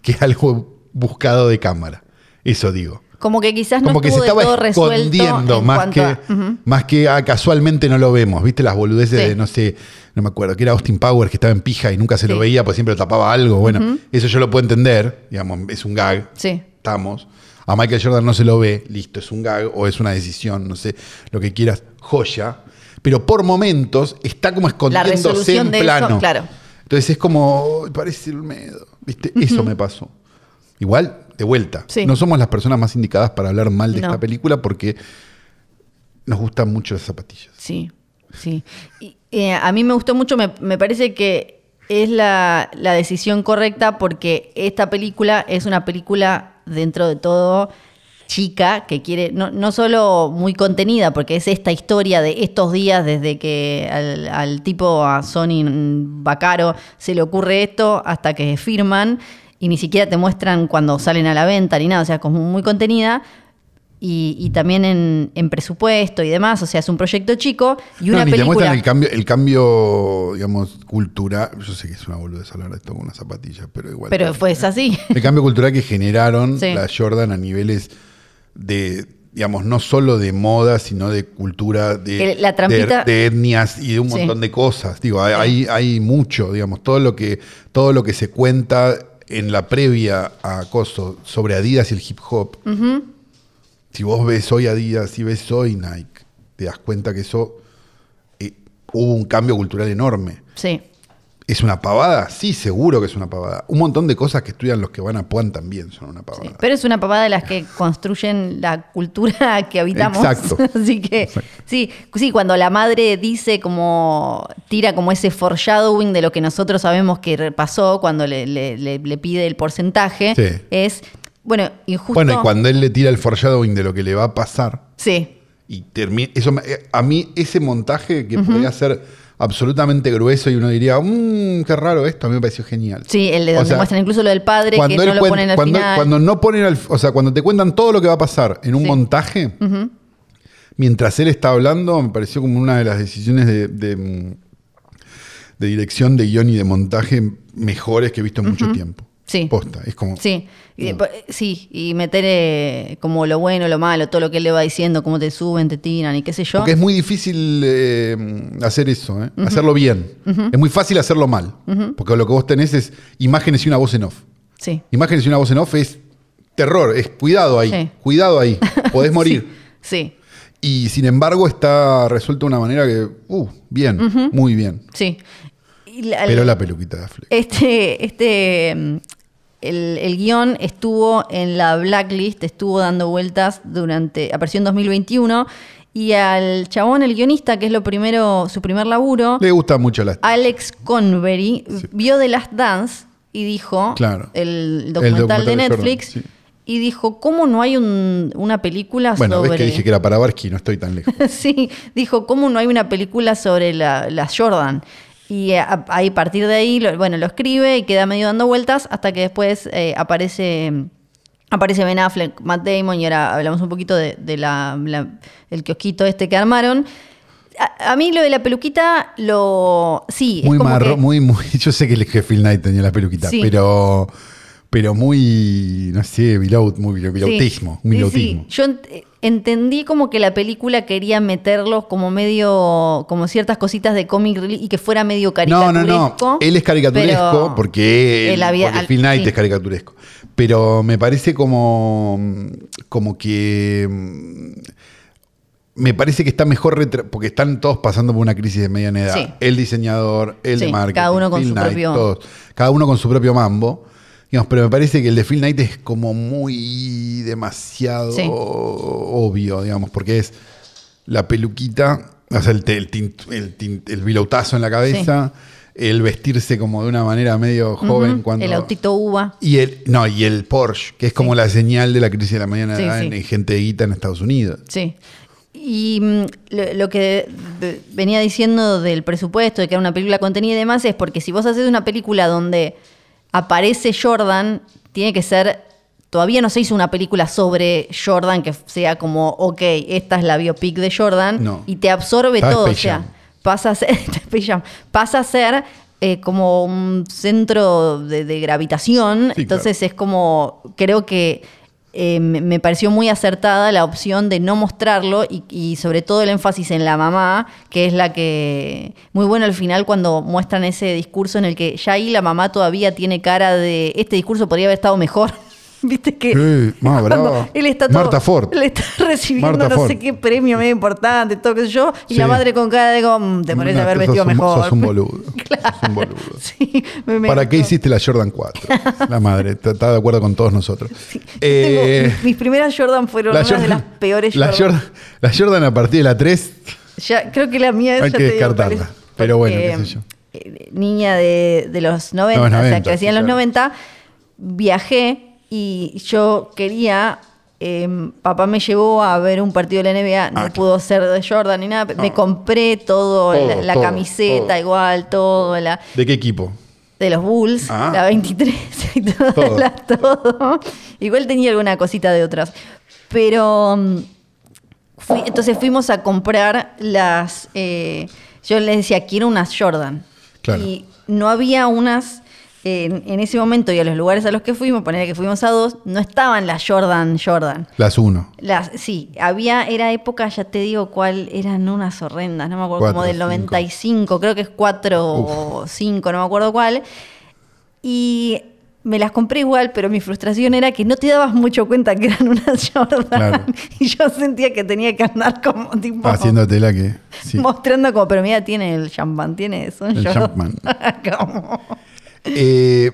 que algo buscado de cámara. Eso digo.
Como que quizás no
Como que se
estuvo
estaba
del todo resuelto
escondiendo
en
más
cuanto
que,
a- Ujú.
más que ah, casualmente no lo vemos. ¿Viste las boludeces
Sí.
de, no sé, no me acuerdo, que era Austin Powers que estaba en pija y nunca se lo
Sí.
veía, pues siempre lo tapaba algo? Bueno, eso yo lo puedo entender, digamos, es un gag,
Sí.
estamos. A Michael Jordan no se lo ve, listo, es un gag o es una decisión, no sé, lo que quieras, joya. Pero por momentos está como escondiéndose
resolución
en
de eso,
plano.
claro.
Entonces es como, "Ay, parece el miedo, ¿viste? Eso me pasó. Igual, de vuelta.
Sí.
No somos las personas más indicadas para hablar mal de
No.
esta película porque nos gustan mucho las zapatillas.
Sí, sí. Y, eh, a mí me gustó mucho, me, me parece que es la, la decisión correcta porque esta película es una película, dentro de todo, chica que quiere, no, no solo muy contenida, porque es esta historia de estos días desde que al, al tipo, a Sony mm, Bacaro, se le ocurre esto hasta que firman y ni siquiera te muestran cuando salen a la venta ni nada, o sea, como muy contenida. Y, y también en, en presupuesto y demás, o sea, es un proyecto chico y una
no, ni te
película.
muestran el cambio, el cambio, digamos, cultural. Yo sé que es una boludez hablar de esto con una zapatilla, pero igual.
pero fue es así. [LAUGHS]
El cambio cultural que generaron
Sí.
las Jordan a niveles de, digamos, no solo de moda, sino de cultura, de,
El- la trampita-
de, de etnias y de un
Sí.
montón de cosas. Digo, hay, hay, hay mucho, digamos, todo lo que, todo lo que se cuenta en la previa a Coso sobre Adidas y el hip hop. Si vos ves hoy Adidas, si ves hoy Nike, te das cuenta que eso eh, hubo un cambio cultural enorme.
Sí.
¿Es una pavada? Sí, seguro que es una pavada. Un montón de cosas que estudian los que van a Puan también son una
Sí,
pavada.
pero es una papada de las que construyen la cultura [LAUGHS] que habitamos.
Exacto.
Así que, sí, sí, cuando la madre dice como, tira como ese foreshadowing de lo que nosotros sabemos que re- pasó cuando le, le- le- le pide el porcentaje,
Sí.
es, bueno, injusto.
bueno, y cuando él le tira el foreshadowing de lo que le va a pasar
Sí,
y termina... Eso, me- eh, a mí ese montaje que podría ser absolutamente grueso y uno diría, mmm, qué raro esto, a mí me pareció genial.
sí, el de
O
donde
sea,
muestran incluso lo del padre, que
Cuando,
no
él
lo
cuen-
ponen al
cuando,
final.
cuando no ponen al... O sea, cuando te cuentan todo lo que va a pasar en un
Sí.
montaje, mientras él está hablando, me pareció como una de las decisiones de, de- de dirección, de guión y de montaje mejores que he visto en mucho tiempo.
Sí.
Posta. Es como.
Sí, y,
Mm.
po- sí, y meter eh, como lo bueno, lo malo, todo lo que él le va diciendo, cómo te suben, te tiran y qué sé yo.
Porque es muy difícil eh, hacer eso, ¿eh? hacerlo bien. Es muy fácil hacerlo mal. Porque lo que vos tenés es imágenes y una voz en off.
Sí.
Imágenes y una voz en off es terror, es cuidado ahí,
Sí.
cuidado
[LAUGHS]
ahí, podés morir.
Sí. sí.
Y sin embargo está resuelto de una manera que, uh, bien, muy bien.
Sí. Y la-
Pero la peluquita de Affleck.
Este, este, mm, el, el guión estuvo en la blacklist, estuvo dando vueltas durante, apareció en 2021 y al chabón, el guionista, que es lo primero, su primer laburo,
Le gusta mucho la...
Alex Convery,
Sí.
vio The Last Dance y dijo,
Claro.
el,
El
documental
documental
de
de Jordan,
Netflix,
sí.
y dijo, ¿cómo no hay un- una película
Bueno,
sobre...
ves que dije que era para Barsky, no estoy
[LAUGHS]
tan lejos.
Sí, dijo, ¿cómo no hay una película sobre la- las Jordan? Y eh, a, ahí, a partir de ahí, lo- bueno, lo escribe y queda medio dando vueltas hasta que después eh, aparece, aparece Ben Affleck, Matt Damon, y ahora hablamos un poquito de, de la, la- el kiosquito este que armaron. A, a mí lo de la peluquita, lo... Sí,
muy
es como
marro,
que-
muy, muy... [LAUGHS] Yo sé que el que Phil Knight tenía la peluquita,
Sí.
pero... Pero muy, no sé, below, muy below- belautismo.
Sí,
muy
sí,
belautismo.
sí. Yo ent- entendí como que la película quería meterlos como medio, como ciertas cositas de cómic relief y que fuera medio
No,
caricaturesco.
no, no. Él es caricaturesco
pero
porque, él-
él había-
porque
al-
Phil Knight
sí.
es caricaturesco. Pero me parece como, como que... mm, Me parece que está mejor retra- porque están todos pasando por una crisis de mediana edad.
Sí.
El diseñador, el de
Sí,
marketing,
cada uno con
Phil
su
Knight,
propio-
todos. Cada uno con su propio mambo. Digamos, pero me parece que el de Phil Knight es como muy demasiado
Sí.
obvio, digamos, porque es la peluquita, o sea, el, te- el, tin- el, tin- el bilotazo en la cabeza, el vestirse como de una manera medio joven cuando...
El autito uva.
Y el, no, y el Porsche, que es como la señal de la crisis de la mañana
Sí,
edad
sí.
en, en gente de guita en Estados Unidos.
Sí. Y mm, lo, lo que de- venía diciendo del presupuesto, de que era una película contenida y demás, es porque si vos haces una película donde aparece Jordan, tiene que ser. Todavía no se hizo una película sobre Jordan que sea como, ok, esta es la biopic de Jordan
No.
y te absorbe
Está
todo. O
Space
sea,
Jam.
pasa a ser, [LAUGHS] está Space Jam, pasa a ser eh, como un centro de, de gravitación.
Sí,
Entonces es como, creo que eh, me me pareció muy acertada la opción de no mostrarlo y, y sobre todo el énfasis en la mamá, que es la que, muy bueno al final cuando muestran ese discurso en el que ya ahí la mamá todavía tiene cara de, este discurso podría haber estado mejor. [LAUGHS] Viste que [LAUGHS]
Eh, más
cuando
brava.
él está todo-
Marta Ford.
le está [LAUGHS] recibiendo
Marta
no sé
Ford.
qué premio medio importante, todo qué sé yo, y
Sí.
la madre con cara de como, "Mm, te
No,
parece haber
sos
vestido
un-
mejor.
sos un boludo.
Claro.
Sos un boludo.
[LAUGHS] Sí, me- me
¿Para qué
gustó.
hiciste la
[LAUGHS]
Jordan 4? La madre, está, está de acuerdo con todos nosotros.
Yo
Eh,
tengo- mis, mis primeras Jordan fueron
la
una de las peores
la
Jordan.
Jordan. La Jordan a partir de la 3
Ya, creo que la mía es eh,
Hay que descartarla, pero bueno, qué sé yo.
Niña de, de los 90,
Los
o sea,
90,
crecí en
sí,
los
claro.
90, viajé y yo quería eh, papá me llevó a ver un partido de la NBA, no
Ah,
pudo ser de Jordan ni nada, me compré todo,
Todo,
la, la
todo,
camiseta
todo.
igual, todo, la,
¿De qué equipo?
de los Bulls,
Ah.
la 23, y todas [LAUGHS]
Todo.
las- todo. Igual tenía alguna cosita de otras. Pero mm, fui- entonces fuimos a comprar las. eh, yo les decía, quiero unas Jordan.
Claro.
Y no había unas. eh, En, en ese momento y a los lugares a los que fuimos, poner que fuimos a dos, no estaban las Jordan Jordan.
Las uno.
Las, sí, había, era época, ya te digo cuál, eran unas horrendas, no me acuerdo, como
Cuatro,
del
cinco.
95, creo que es 4 o 5, no me acuerdo cuál. Y me las compré igual, pero mi frustración era que no te dabas mucho cuenta que eran unas [LAUGHS] Jordan.
Claro.
Y yo sentía que tenía que andar como tipo
Haciéndotela Ah, que. Sí.
mostrando como, pero mira, tiene el champán, tiene eso, un
El
Jordan.
Jumpman.
[LAUGHS] Como-
Eh,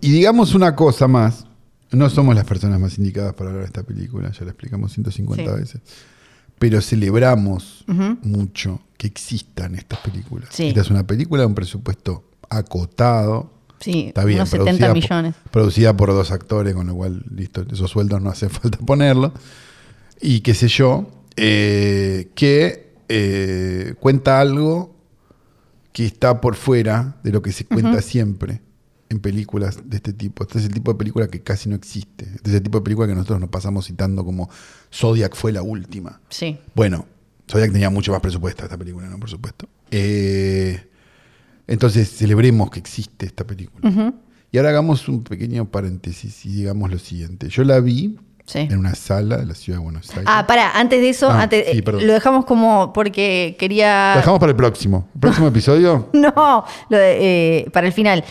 y y digamos una cosa más. No somos las personas más indicadas para hablar de esta película, ya la explicamos 150
Sí.
veces. Pero celebramos mucho que existan estas películas.
Sí.
Esta es una película de un presupuesto acotado.
Sí,
Está bien,
unos
producida
70
por-
millones.
producida por dos actores, con lo cual, listo, esos sueldos no hace [LAUGHS] falta ponerlo. Y qué sé yo, eh, que eh, cuenta algo que está por fuera de lo que se cuenta siempre en películas de este tipo. Este es el tipo de película que casi no existe. Este es el tipo de película que nosotros nos pasamos citando como Zodiac fue la última.
Sí.
Bueno, Zodiac tenía mucho más presupuesto esta película, ¿no? Por supuesto. Eh, entonces, celebremos que existe esta película. Y ahora hagamos un pequeño paréntesis y digamos lo siguiente. Yo la vi
Sí.
en una sala de la ciudad de Buenos Aires.
Ah, pará, antes de eso,
Ah,
antes,
sí,
eh,
perdón.
lo dejamos como porque quería...
la dejamos para el próximo. ¿El
[LAUGHS]
próximo episodio?
No, lo de, eh, para el final.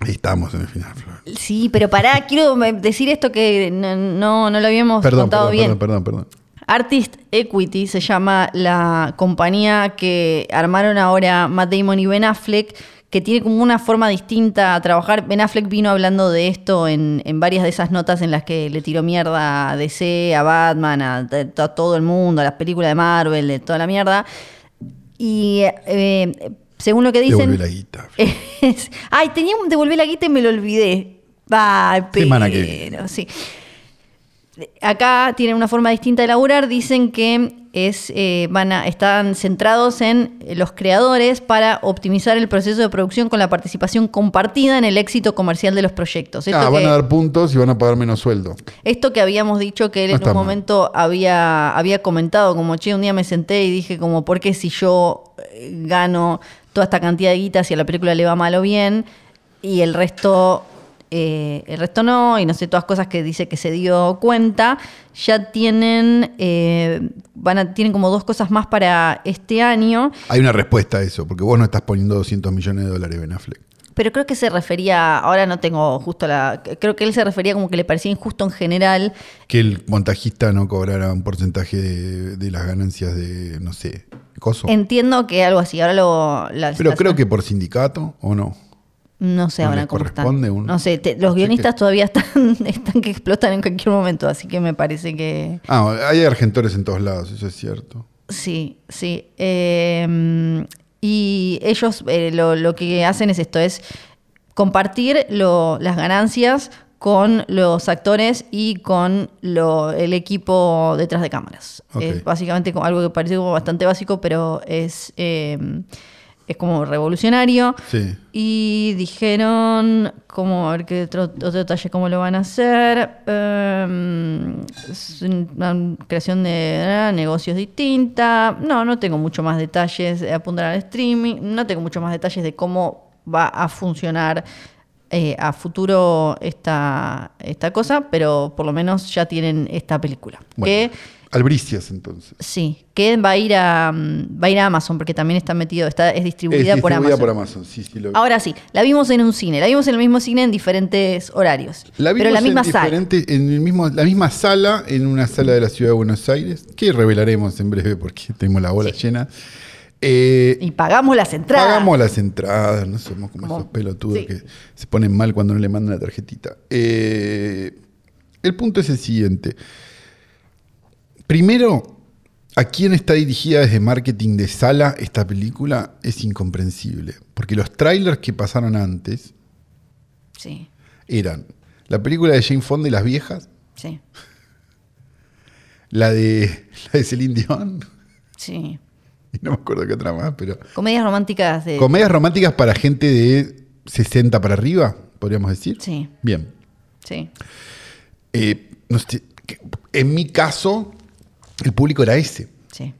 Ahí estamos en el final, Flor.
Sí, pero pará, quiero me- decir esto que no, no, no lo habíamos
Perdón,
contado
perdón,
bien.
perdón, perdón, perdón.
Artist Equity se llama la compañía que armaron ahora Matt Damon y Ben Affleck, que tiene como una forma distinta a trabajar. Ben Affleck vino hablando de esto en, en varias de esas notas en las que le tiró mierda a DC, a Batman, a, t- a todo el mundo, a las películas de Marvel, de toda la mierda. Y eh, según lo que dicen...
Devolví la guita. Flor.
[LAUGHS] Es- ay, tenía un devolver la guita y me lo olvidé. Ay,
Semana
pero,
que viene.
sí. Acá tienen una forma distinta de laburar. Dicen que es, eh, van a, están centrados en eh, los creadores para optimizar el proceso de producción con la participación compartida en el éxito comercial de los proyectos. Esto
Ah, van
que-
a dar puntos y van a pagar menos sueldo.
esto que habíamos dicho que él
No
en
está
un
mal.
momento había, había comentado, como che, un día me senté y dije como, ¿por qué si yo eh, gano toda esta cantidad de guita si a la película le va mal o bien? Y el resto, eh, el resto no, y no sé, todas cosas que dice que se dio cuenta. Ya tienen, eh, van a, tienen como dos cosas más para este año.
Hay una respuesta a eso, porque vos no estás poniendo 200 millones de dólares, Ben Affleck.
Pero creo que se refería, ahora no tengo justo la, creo que él se refería como que le parecía injusto en general
que el montajista no cobrara un porcentaje de, de las ganancias de, no sé, coso.
Entiendo que algo así. Ahora lo. la-
Pero
la-
creo que por sindicato o no.
No sé
no
ahora
les
cómo están.
corresponde un-
No sé, te- los
Así
guionistas
que-
todavía están, [LAUGHS] están que explotan en cualquier momento, así que me parece que.
Ah, hay argentores en todos lados, eso es cierto.
Sí, sí. Eh, y ellos eh, lo, lo que hacen es esto: es compartir lo- las ganancias con los actores y con lo- el equipo detrás de cámaras.
Ok.
Es básicamente como algo que parece como bastante básico, pero es, eh, es como revolucionario.
Sí.
Y dijeron, como a ver qué otro, otro detalle, cómo lo van a hacer. Em, es una creación de ah, negocios distinta. No, no tengo mucho más detalles. eh, Apuntan al streaming. No tengo mucho más detalles de cómo va a funcionar eh, a futuro esta, esta cosa, pero por lo menos ya tienen esta película.
Bueno,
Que
Albricias entonces.
sí, que va a ir a mm, va a ir a Amazon, porque también está metido, está, es distribuida,
Es
por
Eh, distribuida
Amazon.
por Amazon, sí, sí. Lo vi.
Ahora sí, la vimos en un cine, la vimos en el mismo cine en diferentes horarios. pero en la misma
en,
sala.
diferente- en el mismo, la misma sala, en una sala de la ciudad de Buenos Aires, que revelaremos en breve porque tenemos la bola llena. Eh,
Y pagamos las entradas.
Pagamos las entradas, no somos como
Como-
esos pelotudos
sí.
que se ponen mal cuando no le mandan la tarjetita. Eh, el punto es el siguiente. Primero, ¿a quién está dirigida desde marketing de sala esta película? Es incomprensible. Porque los trailers que pasaron antes
Sí,
eran la película de Jane Fonda y las viejas,
sí.
la de, [LAUGHS] la de Celine Dion, [LAUGHS]
Sí.
y no me acuerdo qué otra más, pero...
Comedias románticas de.
Comedias románticas para gente de 60 para arriba, podríamos decir.
Sí.
Bien.
sí.
Eh, no sé, que- en mi caso, el público era ese.
Sí.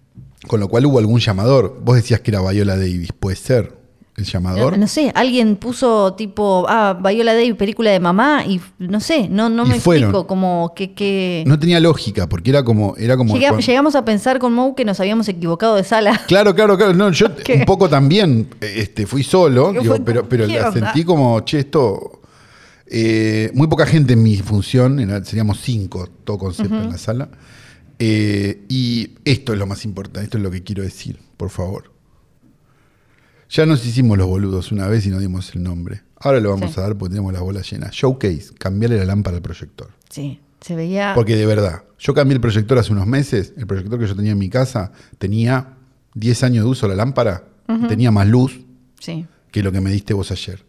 Con lo cual hubo algún llamador. Vos decías que era Viola Davis. Puede ser el llamador.
No sé, alguien puso tipo, ah, Viola Davis, película de mamá, y f- no sé, no, no
Y
me
fueron.
explico como que... que...
No tenía lógica, porque era como. Era como
Llega-
cuando-
Llegamos a pensar con Mou que nos habíamos equivocado de sala.
Claro, claro, claro. No, yo
¿Qué?
un poco también eh, este, fui solo,
Yo
digo,
fui
pero,
como,
pero
¿qué
la
onda?
sentí como, che, esto. eh, muy poca gente en mi función, era- seríamos cinco, todo concepto en la sala. Eh, y esto es lo más importante, esto es lo que quiero decir, por favor. Ya nos hicimos los boludos una vez y no dimos el nombre. Ahora lo vamos
Sí.
a dar porque tenemos las bolas llenas. Showcase, cambiarle la lámpara al proyector.
Sí, se veía...
Porque de verdad, yo cambié el proyector hace unos meses. El proyector que yo tenía en mi casa tenía 10 años de uso la lámpara. Tenía más luz
Sí.
que lo que me diste vos ayer.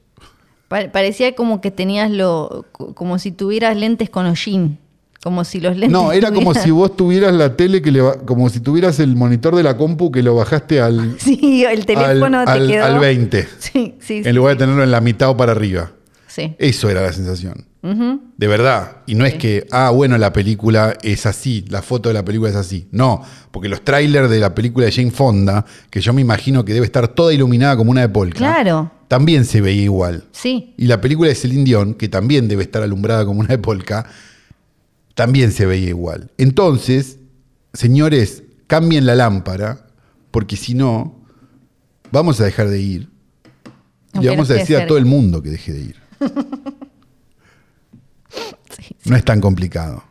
Pa- parecía como que tenías lo... co- como si tuvieras lentes con hollín. Como si los lentes...
No, era como
tuvieran-
si vos tuvieras la tele, que le ba- como si tuvieras el monitor de la compu que lo bajaste al,
Sí, el [LAUGHS] teléfono
al,
te
al-
quedó...
al 20,
[LAUGHS] Sí, sí, sí.
en lugar de tenerlo en la mitad o para arriba.
sí.
Eso era la sensación.
Ujú.
De verdad. Y no es que, ah, bueno, la película es así, la foto de la película es así. No, porque los trailers de la película de Jane Fonda, que yo me imagino que debe estar toda iluminada como una de polka,
Claro.
también se veía igual.
Sí,
Y la película de Celine Dion, que también debe estar alumbrada como una de polka, también se veía igual. Entonces, señores, cambien la lámpara, porque si no, vamos a dejar de ir. Y
Aunque
le vamos
no
a
esté
decir a
cerca.
todo el mundo que deje de ir. No es tan complicado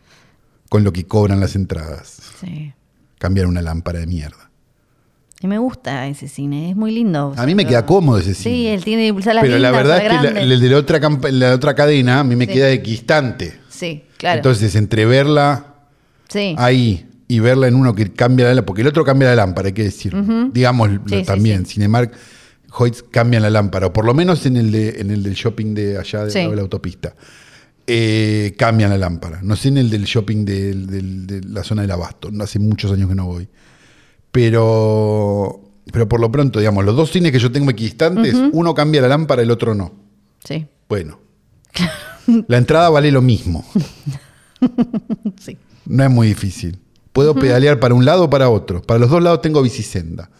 con lo que cobran las entradas.
sí.
Cambiar una lámpara de mierda.
Y me gusta ese cine, es muy lindo.
A mí me queda cómodo ese
Sí,
cine.
él tiene que pulsar las
Pero la
lindas,
verdad
las
es que la,
grandes.
el de la otra, campa- la otra cadena a mí me
Sí.
queda equistante.
Sí, claro.
Entonces, entre verla
sí.
ahí y verla en uno que cambia la lámpara, porque el otro cambia la lámpara, hay que decir. Digamos
Sí, sí,
también, Cinemark, Hoyts cambian la lámpara, o por lo menos en el, de- en el del shopping de allá de,
Sí.
la autopista. Eh, cambian la lámpara. No sé en el del shopping del- del- de, la zona del Abasto, no hace muchos años que no voy. Pero, pero por lo pronto, digamos, los dos cines que yo tengo equidistantes, uno cambia la lámpara, el otro no.
Sí,
Bueno,
[LAUGHS]
la entrada vale lo mismo.
sí.
No es muy difícil. Puedo pedalear para un lado o para otro. Para los dos lados tengo bicisenda.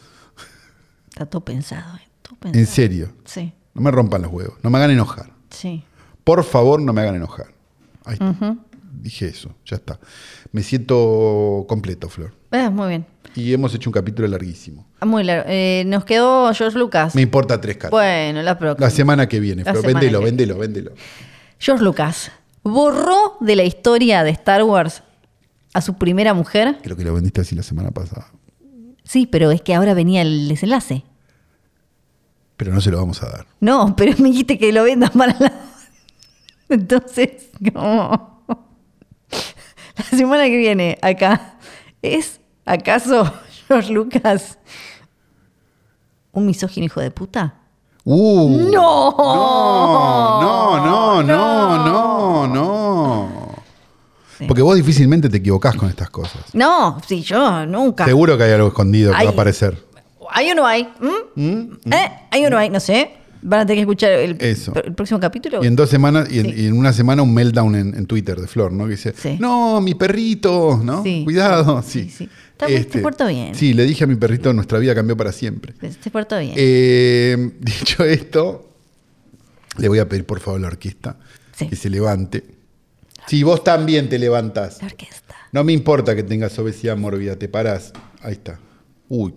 Está todo pensado, eh, todo
En
pensado.
serio.
Sí,
No me rompan los huevos. No me hagan enojar.
sí.
Por favor, no me hagan enojar. Ahí está. Dije eso. Ya está. Me siento completo, Flor.
Ah, muy bien.
Y hemos hecho un capítulo larguísimo.
Ah, Muy largo. Eh, nos quedó George Lucas.
Me importa tres caras.
Bueno, la próxima.
La semana que viene,
La
Flor.
semana
Véndelo,
que-
véndelo, véndelo.
George Lucas borró de la historia de Star Wars a su primera mujer.
Creo que lo vendiste así la semana pasada.
Sí, pero es que ahora venía el desenlace.
Pero no se lo vamos a dar.
No, [LAUGHS] pero me dijiste que lo vendas para la. [LAUGHS] Entonces, como. La semana que viene, acá, ¿es acaso [LAUGHS] George Lucas un misógino hijo de puta?
¡Uh!
¡No!
No, no, no, no, no, no. Porque vos difícilmente te equivocás con estas cosas.
No, sí, yo nunca.
Seguro que hay algo escondido que
Hay-
va a aparecer.
¿Hay o no hay? ¿Mm? ¿Eh? ¿Hay o no hay? No sé. Van a tener que escuchar el,
Eso.
el próximo capítulo.
Y en dos semanas, y en,
Sí.
y en una semana un meltdown en, en Twitter de Flor, ¿no? Que dice,
Sí.
no, mi perrito, ¿no?
Sí.
Cuidado,
Sí,
sí. Este,
sí. Está muy- se portó bien.
Sí, le dije a mi perrito, nuestra vida cambió para siempre.
Se portó Este bien.
Eh, [LAUGHS] dicho esto, le voy a pedir por favor a la orquesta
Sí.
que se levante. Si vos también te levantás.
La orquesta.
No me importa que tengas obesidad mórbida, te parás. Ahí está. Uy.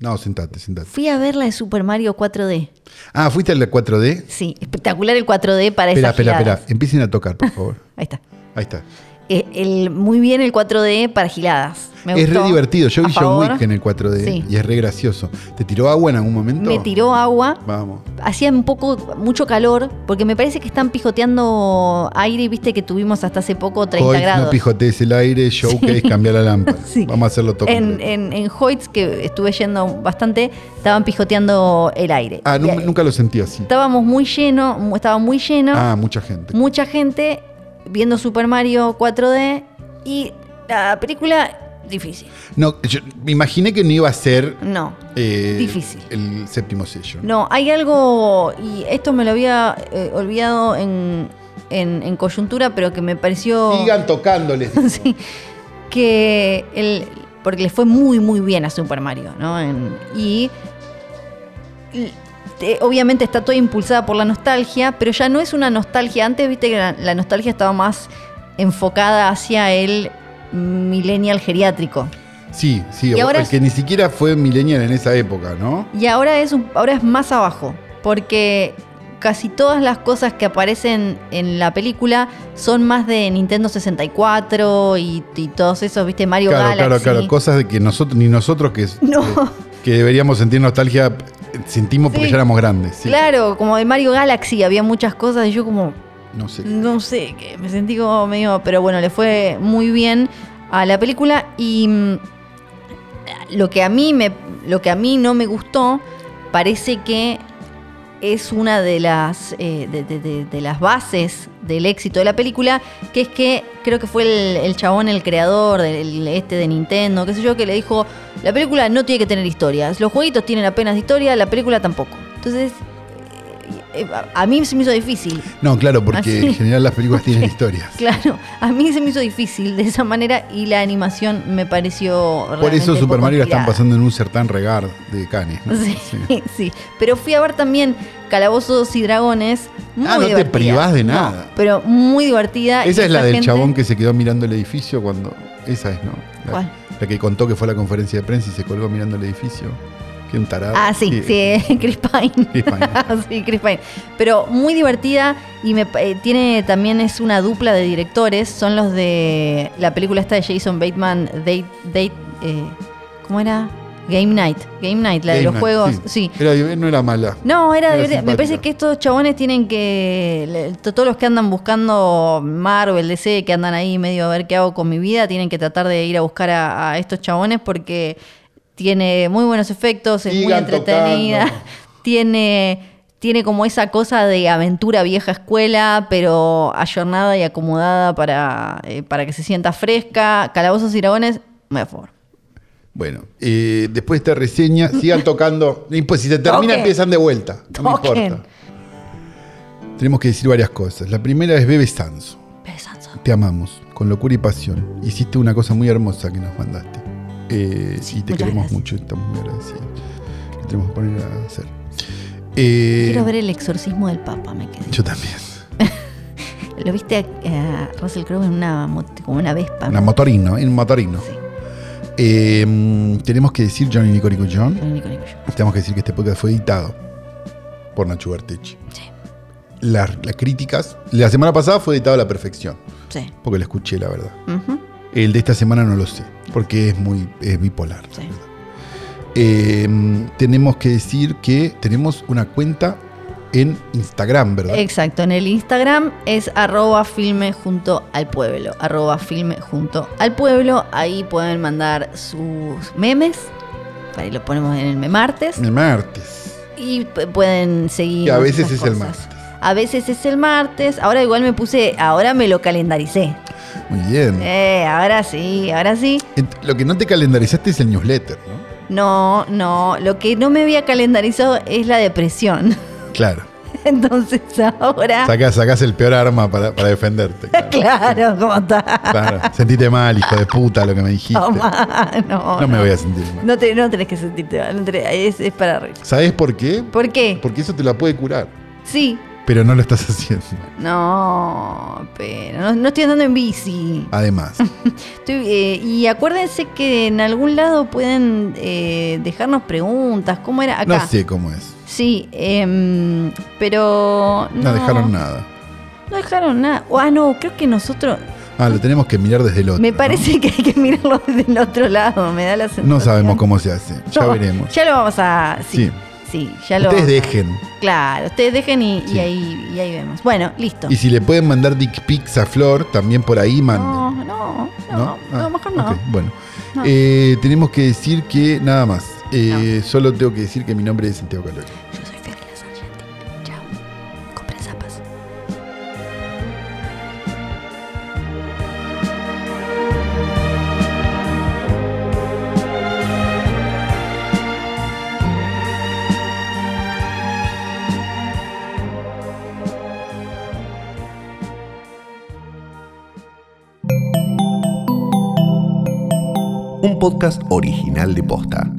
No, sentate, sentate.
Fui a ver la de Super Mario 4D.
Ah, ¿fuiste a la 4D?
Sí, espectacular el 4D para
Espera,
esas
espera,
giladas.
espera. Empiecen a tocar, por favor.
Ahí está.
Ahí está.
Eh, el, muy bien el 4D para giladas. [LAUGHS] Me
es
gustó.
re divertido. Yo
A
vi John
favor.
Wick en el 4D
Sí.
y es re gracioso. ¿Te tiró agua en algún momento?
Me tiró agua.
Vamos.
Hacía un poco, mucho calor, porque me parece que están pijoteando aire, viste que tuvimos hasta hace poco 30
Hoy no
grados.
pijotees el aire, showcase, cambiar la lámpara.
[LAUGHS] Sí.
Vamos a hacerlo todo.
en, eh,
completo.
en, en Hoyts, que estuve yendo bastante, estaban pijoteando el aire.
ah, nu-
Y-
nunca lo sentí así.
Estábamos muy lleno, mu- estaba muy lleno.
Ah, mucha gente.
mucha gente viendo Super Mario 4D y la película Difícil.
No, yo me imaginé que no iba a ser
No.
eh,
Difícil.
el séptimo sello.
No, hay algo, y esto me lo había eh, olvidado en, en- en coyuntura, pero que me pareció
Sigan tocándoles.
[LAUGHS] Sí. que el, porque le fue muy, muy bien a Super Mario, ¿no? En- y l- te- obviamente está toda impulsada por la nostalgia, pero ya no es una nostalgia. Antes, viste que la, la nostalgia estaba más enfocada hacia el millennial geriátrico.
Sí, sí,
Y ahora
el
es-
que ni siquiera fue millennial en esa época, ¿no?
Y ahora es, un- ahora es más abajo, porque casi todas las cosas que aparecen en la película son más de Nintendo 64 y, y todos esos, viste, Mario
claro,
Galaxy.
claro, claro. Cosas de que nosotros, ni nosotros que,
[LAUGHS] No.
que, que deberíamos sentir nostalgia, sentimos porque
Sí.
ya éramos grandes. sí.
Claro, como de Mario Galaxy había muchas cosas y yo como,
No sé.
no sé, que me sentí como medio, pero bueno, le fue muy bien a la película y mm, lo que a mí me lo que a mí no me gustó parece que es una de las eh, de, de- de- de las bases del éxito de la película que es que creo que fue el, el chabón el creador del este de Nintendo qué sé yo que le dijo la película no tiene que tener historias los jueguitos tienen apenas historia la película tampoco entonces eh, eh, a a mí se me hizo difícil
No, claro, porque
Así.
en general las películas
[LAUGHS]
tienen historias.
Claro, a mí se me hizo difícil de esa manera y la animación me pareció.
Por eso
realmente
Super
poco
Mario la están
cuidada.
pasando en un certamen regard de Cannes. ¿no?
[LAUGHS] Sí, [LAUGHS] sí, Pero fui a ver también Calabozos y Dragones. Muy
Ah, no te
divertida.
privás de
No,
nada.
pero muy divertida. y
Esa es la del
gente-
chabón que se quedó mirando el edificio cuando. Esa es, ¿no? La,
¿Cuál?
la que contó que fue a la conferencia de prensa y se colgó mirando el edificio. Qué un tarado.
Ah, sí,
Qué-
sí, [LAUGHS] Chris Pine. Ah, [LAUGHS]
Chris Pine.
sí, Chris Pine. Pero muy divertida y me, pa- eh, tiene también es una dupla de directores. Son los de la película esta de Jason Bateman, Date, Date, eh, ¿cómo era? Game Night. Game Night, la de
Game
los
Night,
juegos. sí.
Era- eh, no era mala.
No, era,
Era
de- me
simpática.
parece que estos chabones tienen que le- to- todos los que andan buscando Marvel, DC, que andan ahí medio a ver qué hago con mi vida, tienen que tratar de ir a buscar a, a estos chabones porque tiene muy buenos efectos, es muy
Sigan
entretenida,
tocando.
[LAUGHS] tiene tiene como esa cosa de aventura vieja escuela, pero ayornada y acomodada para, eh, para que se sienta fresca. Calabozos y dragones, me favor.
Bueno, eh, después de esta reseña, sigan tocando.
[LAUGHS]
Y Pues si se termina,
Toquen.
empiezan de vuelta. No me
Toquen.
importa. Tenemos que decir varias cosas. La primera es Bebe Sanso.
Sanso.
Te amamos, con locura y pasión. Hiciste una cosa muy hermosa que nos mandaste. Eh,
Sí,
y te
muchas
queremos
gracias.
mucho, estamos muy agradecidos. Lo tenemos que poner a hacer. Eh,
Quiero ver el exorcismo del Papa, me quedé.
Yo también.
Lo viste a, a Russell Crowe en una mot- como una vespa.
Una motorino, en motorino.
Sí.
Eh, mm, tenemos que decir Johnny Nicorico John.
Con Nico Nicolás.
Tenemos que decir que este podcast fue editado por Nacho Bertich.
Sí,
Las, las críticas. La semana pasada fue editado a la perfección.
sí.
Porque lo escuché, la verdad.
Ujú,
El de esta semana no lo sé. Porque es muy es bipolar.
sí.
Eh, tenemos que decir que tenemos una cuenta en Instagram, ¿verdad?
Exacto, en el Instagram es arroba filme junto al pueblo, arroba filme junto al pueblo, ahí pueden mandar sus memes, ahí lo ponemos en el memartes
el martes.
y p- pueden seguir.
Que a veces
nuestras
es el
cosas.
martes.
A veces es el martes, ahora igual me puse, ahora me lo calendaricé.
Muy bien.
Eh, ahora sí, ahora sí.
Ent- Lo que no te calendarizaste es el newsletter, ¿no?
No, no, lo que no me había calendarizado es la depresión. [LAUGHS]
Claro.
Entonces ahora,
Sacás, sacás el peor arma para, para defenderte. Claro.
[LAUGHS] claro, ¿cómo está? [LAUGHS]
Claro. Sentite mal, hijo de puta, lo que me dijiste.
Tomá, [LAUGHS] no,
No me voy a sentir mal.
No, te- no tenés que sentirte mal, no tenés- es, es para reír.
¿Sabes por qué?
¿Por qué?
Porque eso te la puede curar.
Sí.
Pero no lo estás [LAUGHS] haciendo.
No, pero no, no estoy andando en bici.
Además,
[LAUGHS] Estoy, eh, y acuérdense que en algún lado pueden eh, dejarnos preguntas. ¿Cómo era acá?
no sé cómo es.
Sí, em, pero
No, dejaron nada.
No dejaron nada. Oh, ah, no, creo que nosotros.
Ah, lo tenemos que mirar desde el otro.
me
¿no?
parece que hay que mirarlo [LAUGHS] del otro lado. Me da la sensación. [LAUGHS]
No, sabemos cómo se hace. Ya
No,
veremos.
Ya lo vamos a. Sí.
Sí.
Sí, ya lo.
Ustedes
vamos a-
dejen.
Claro, ustedes dejen y, y
Sí.
ahí, y ahí vemos. Bueno, listo.
Y si le pueden mandar dick pics a Flor, también por ahí
no,
manden.
no, no, no,
Ah,
mejor no.
ok, bueno,
No.
Eh, tenemos que decir que nada más. Eh, Solo tengo que decir que mi nombre es Santiago Calori.
Yo soy Fedela Sargenti. Chao. Compren zapas.
un podcast original de posta.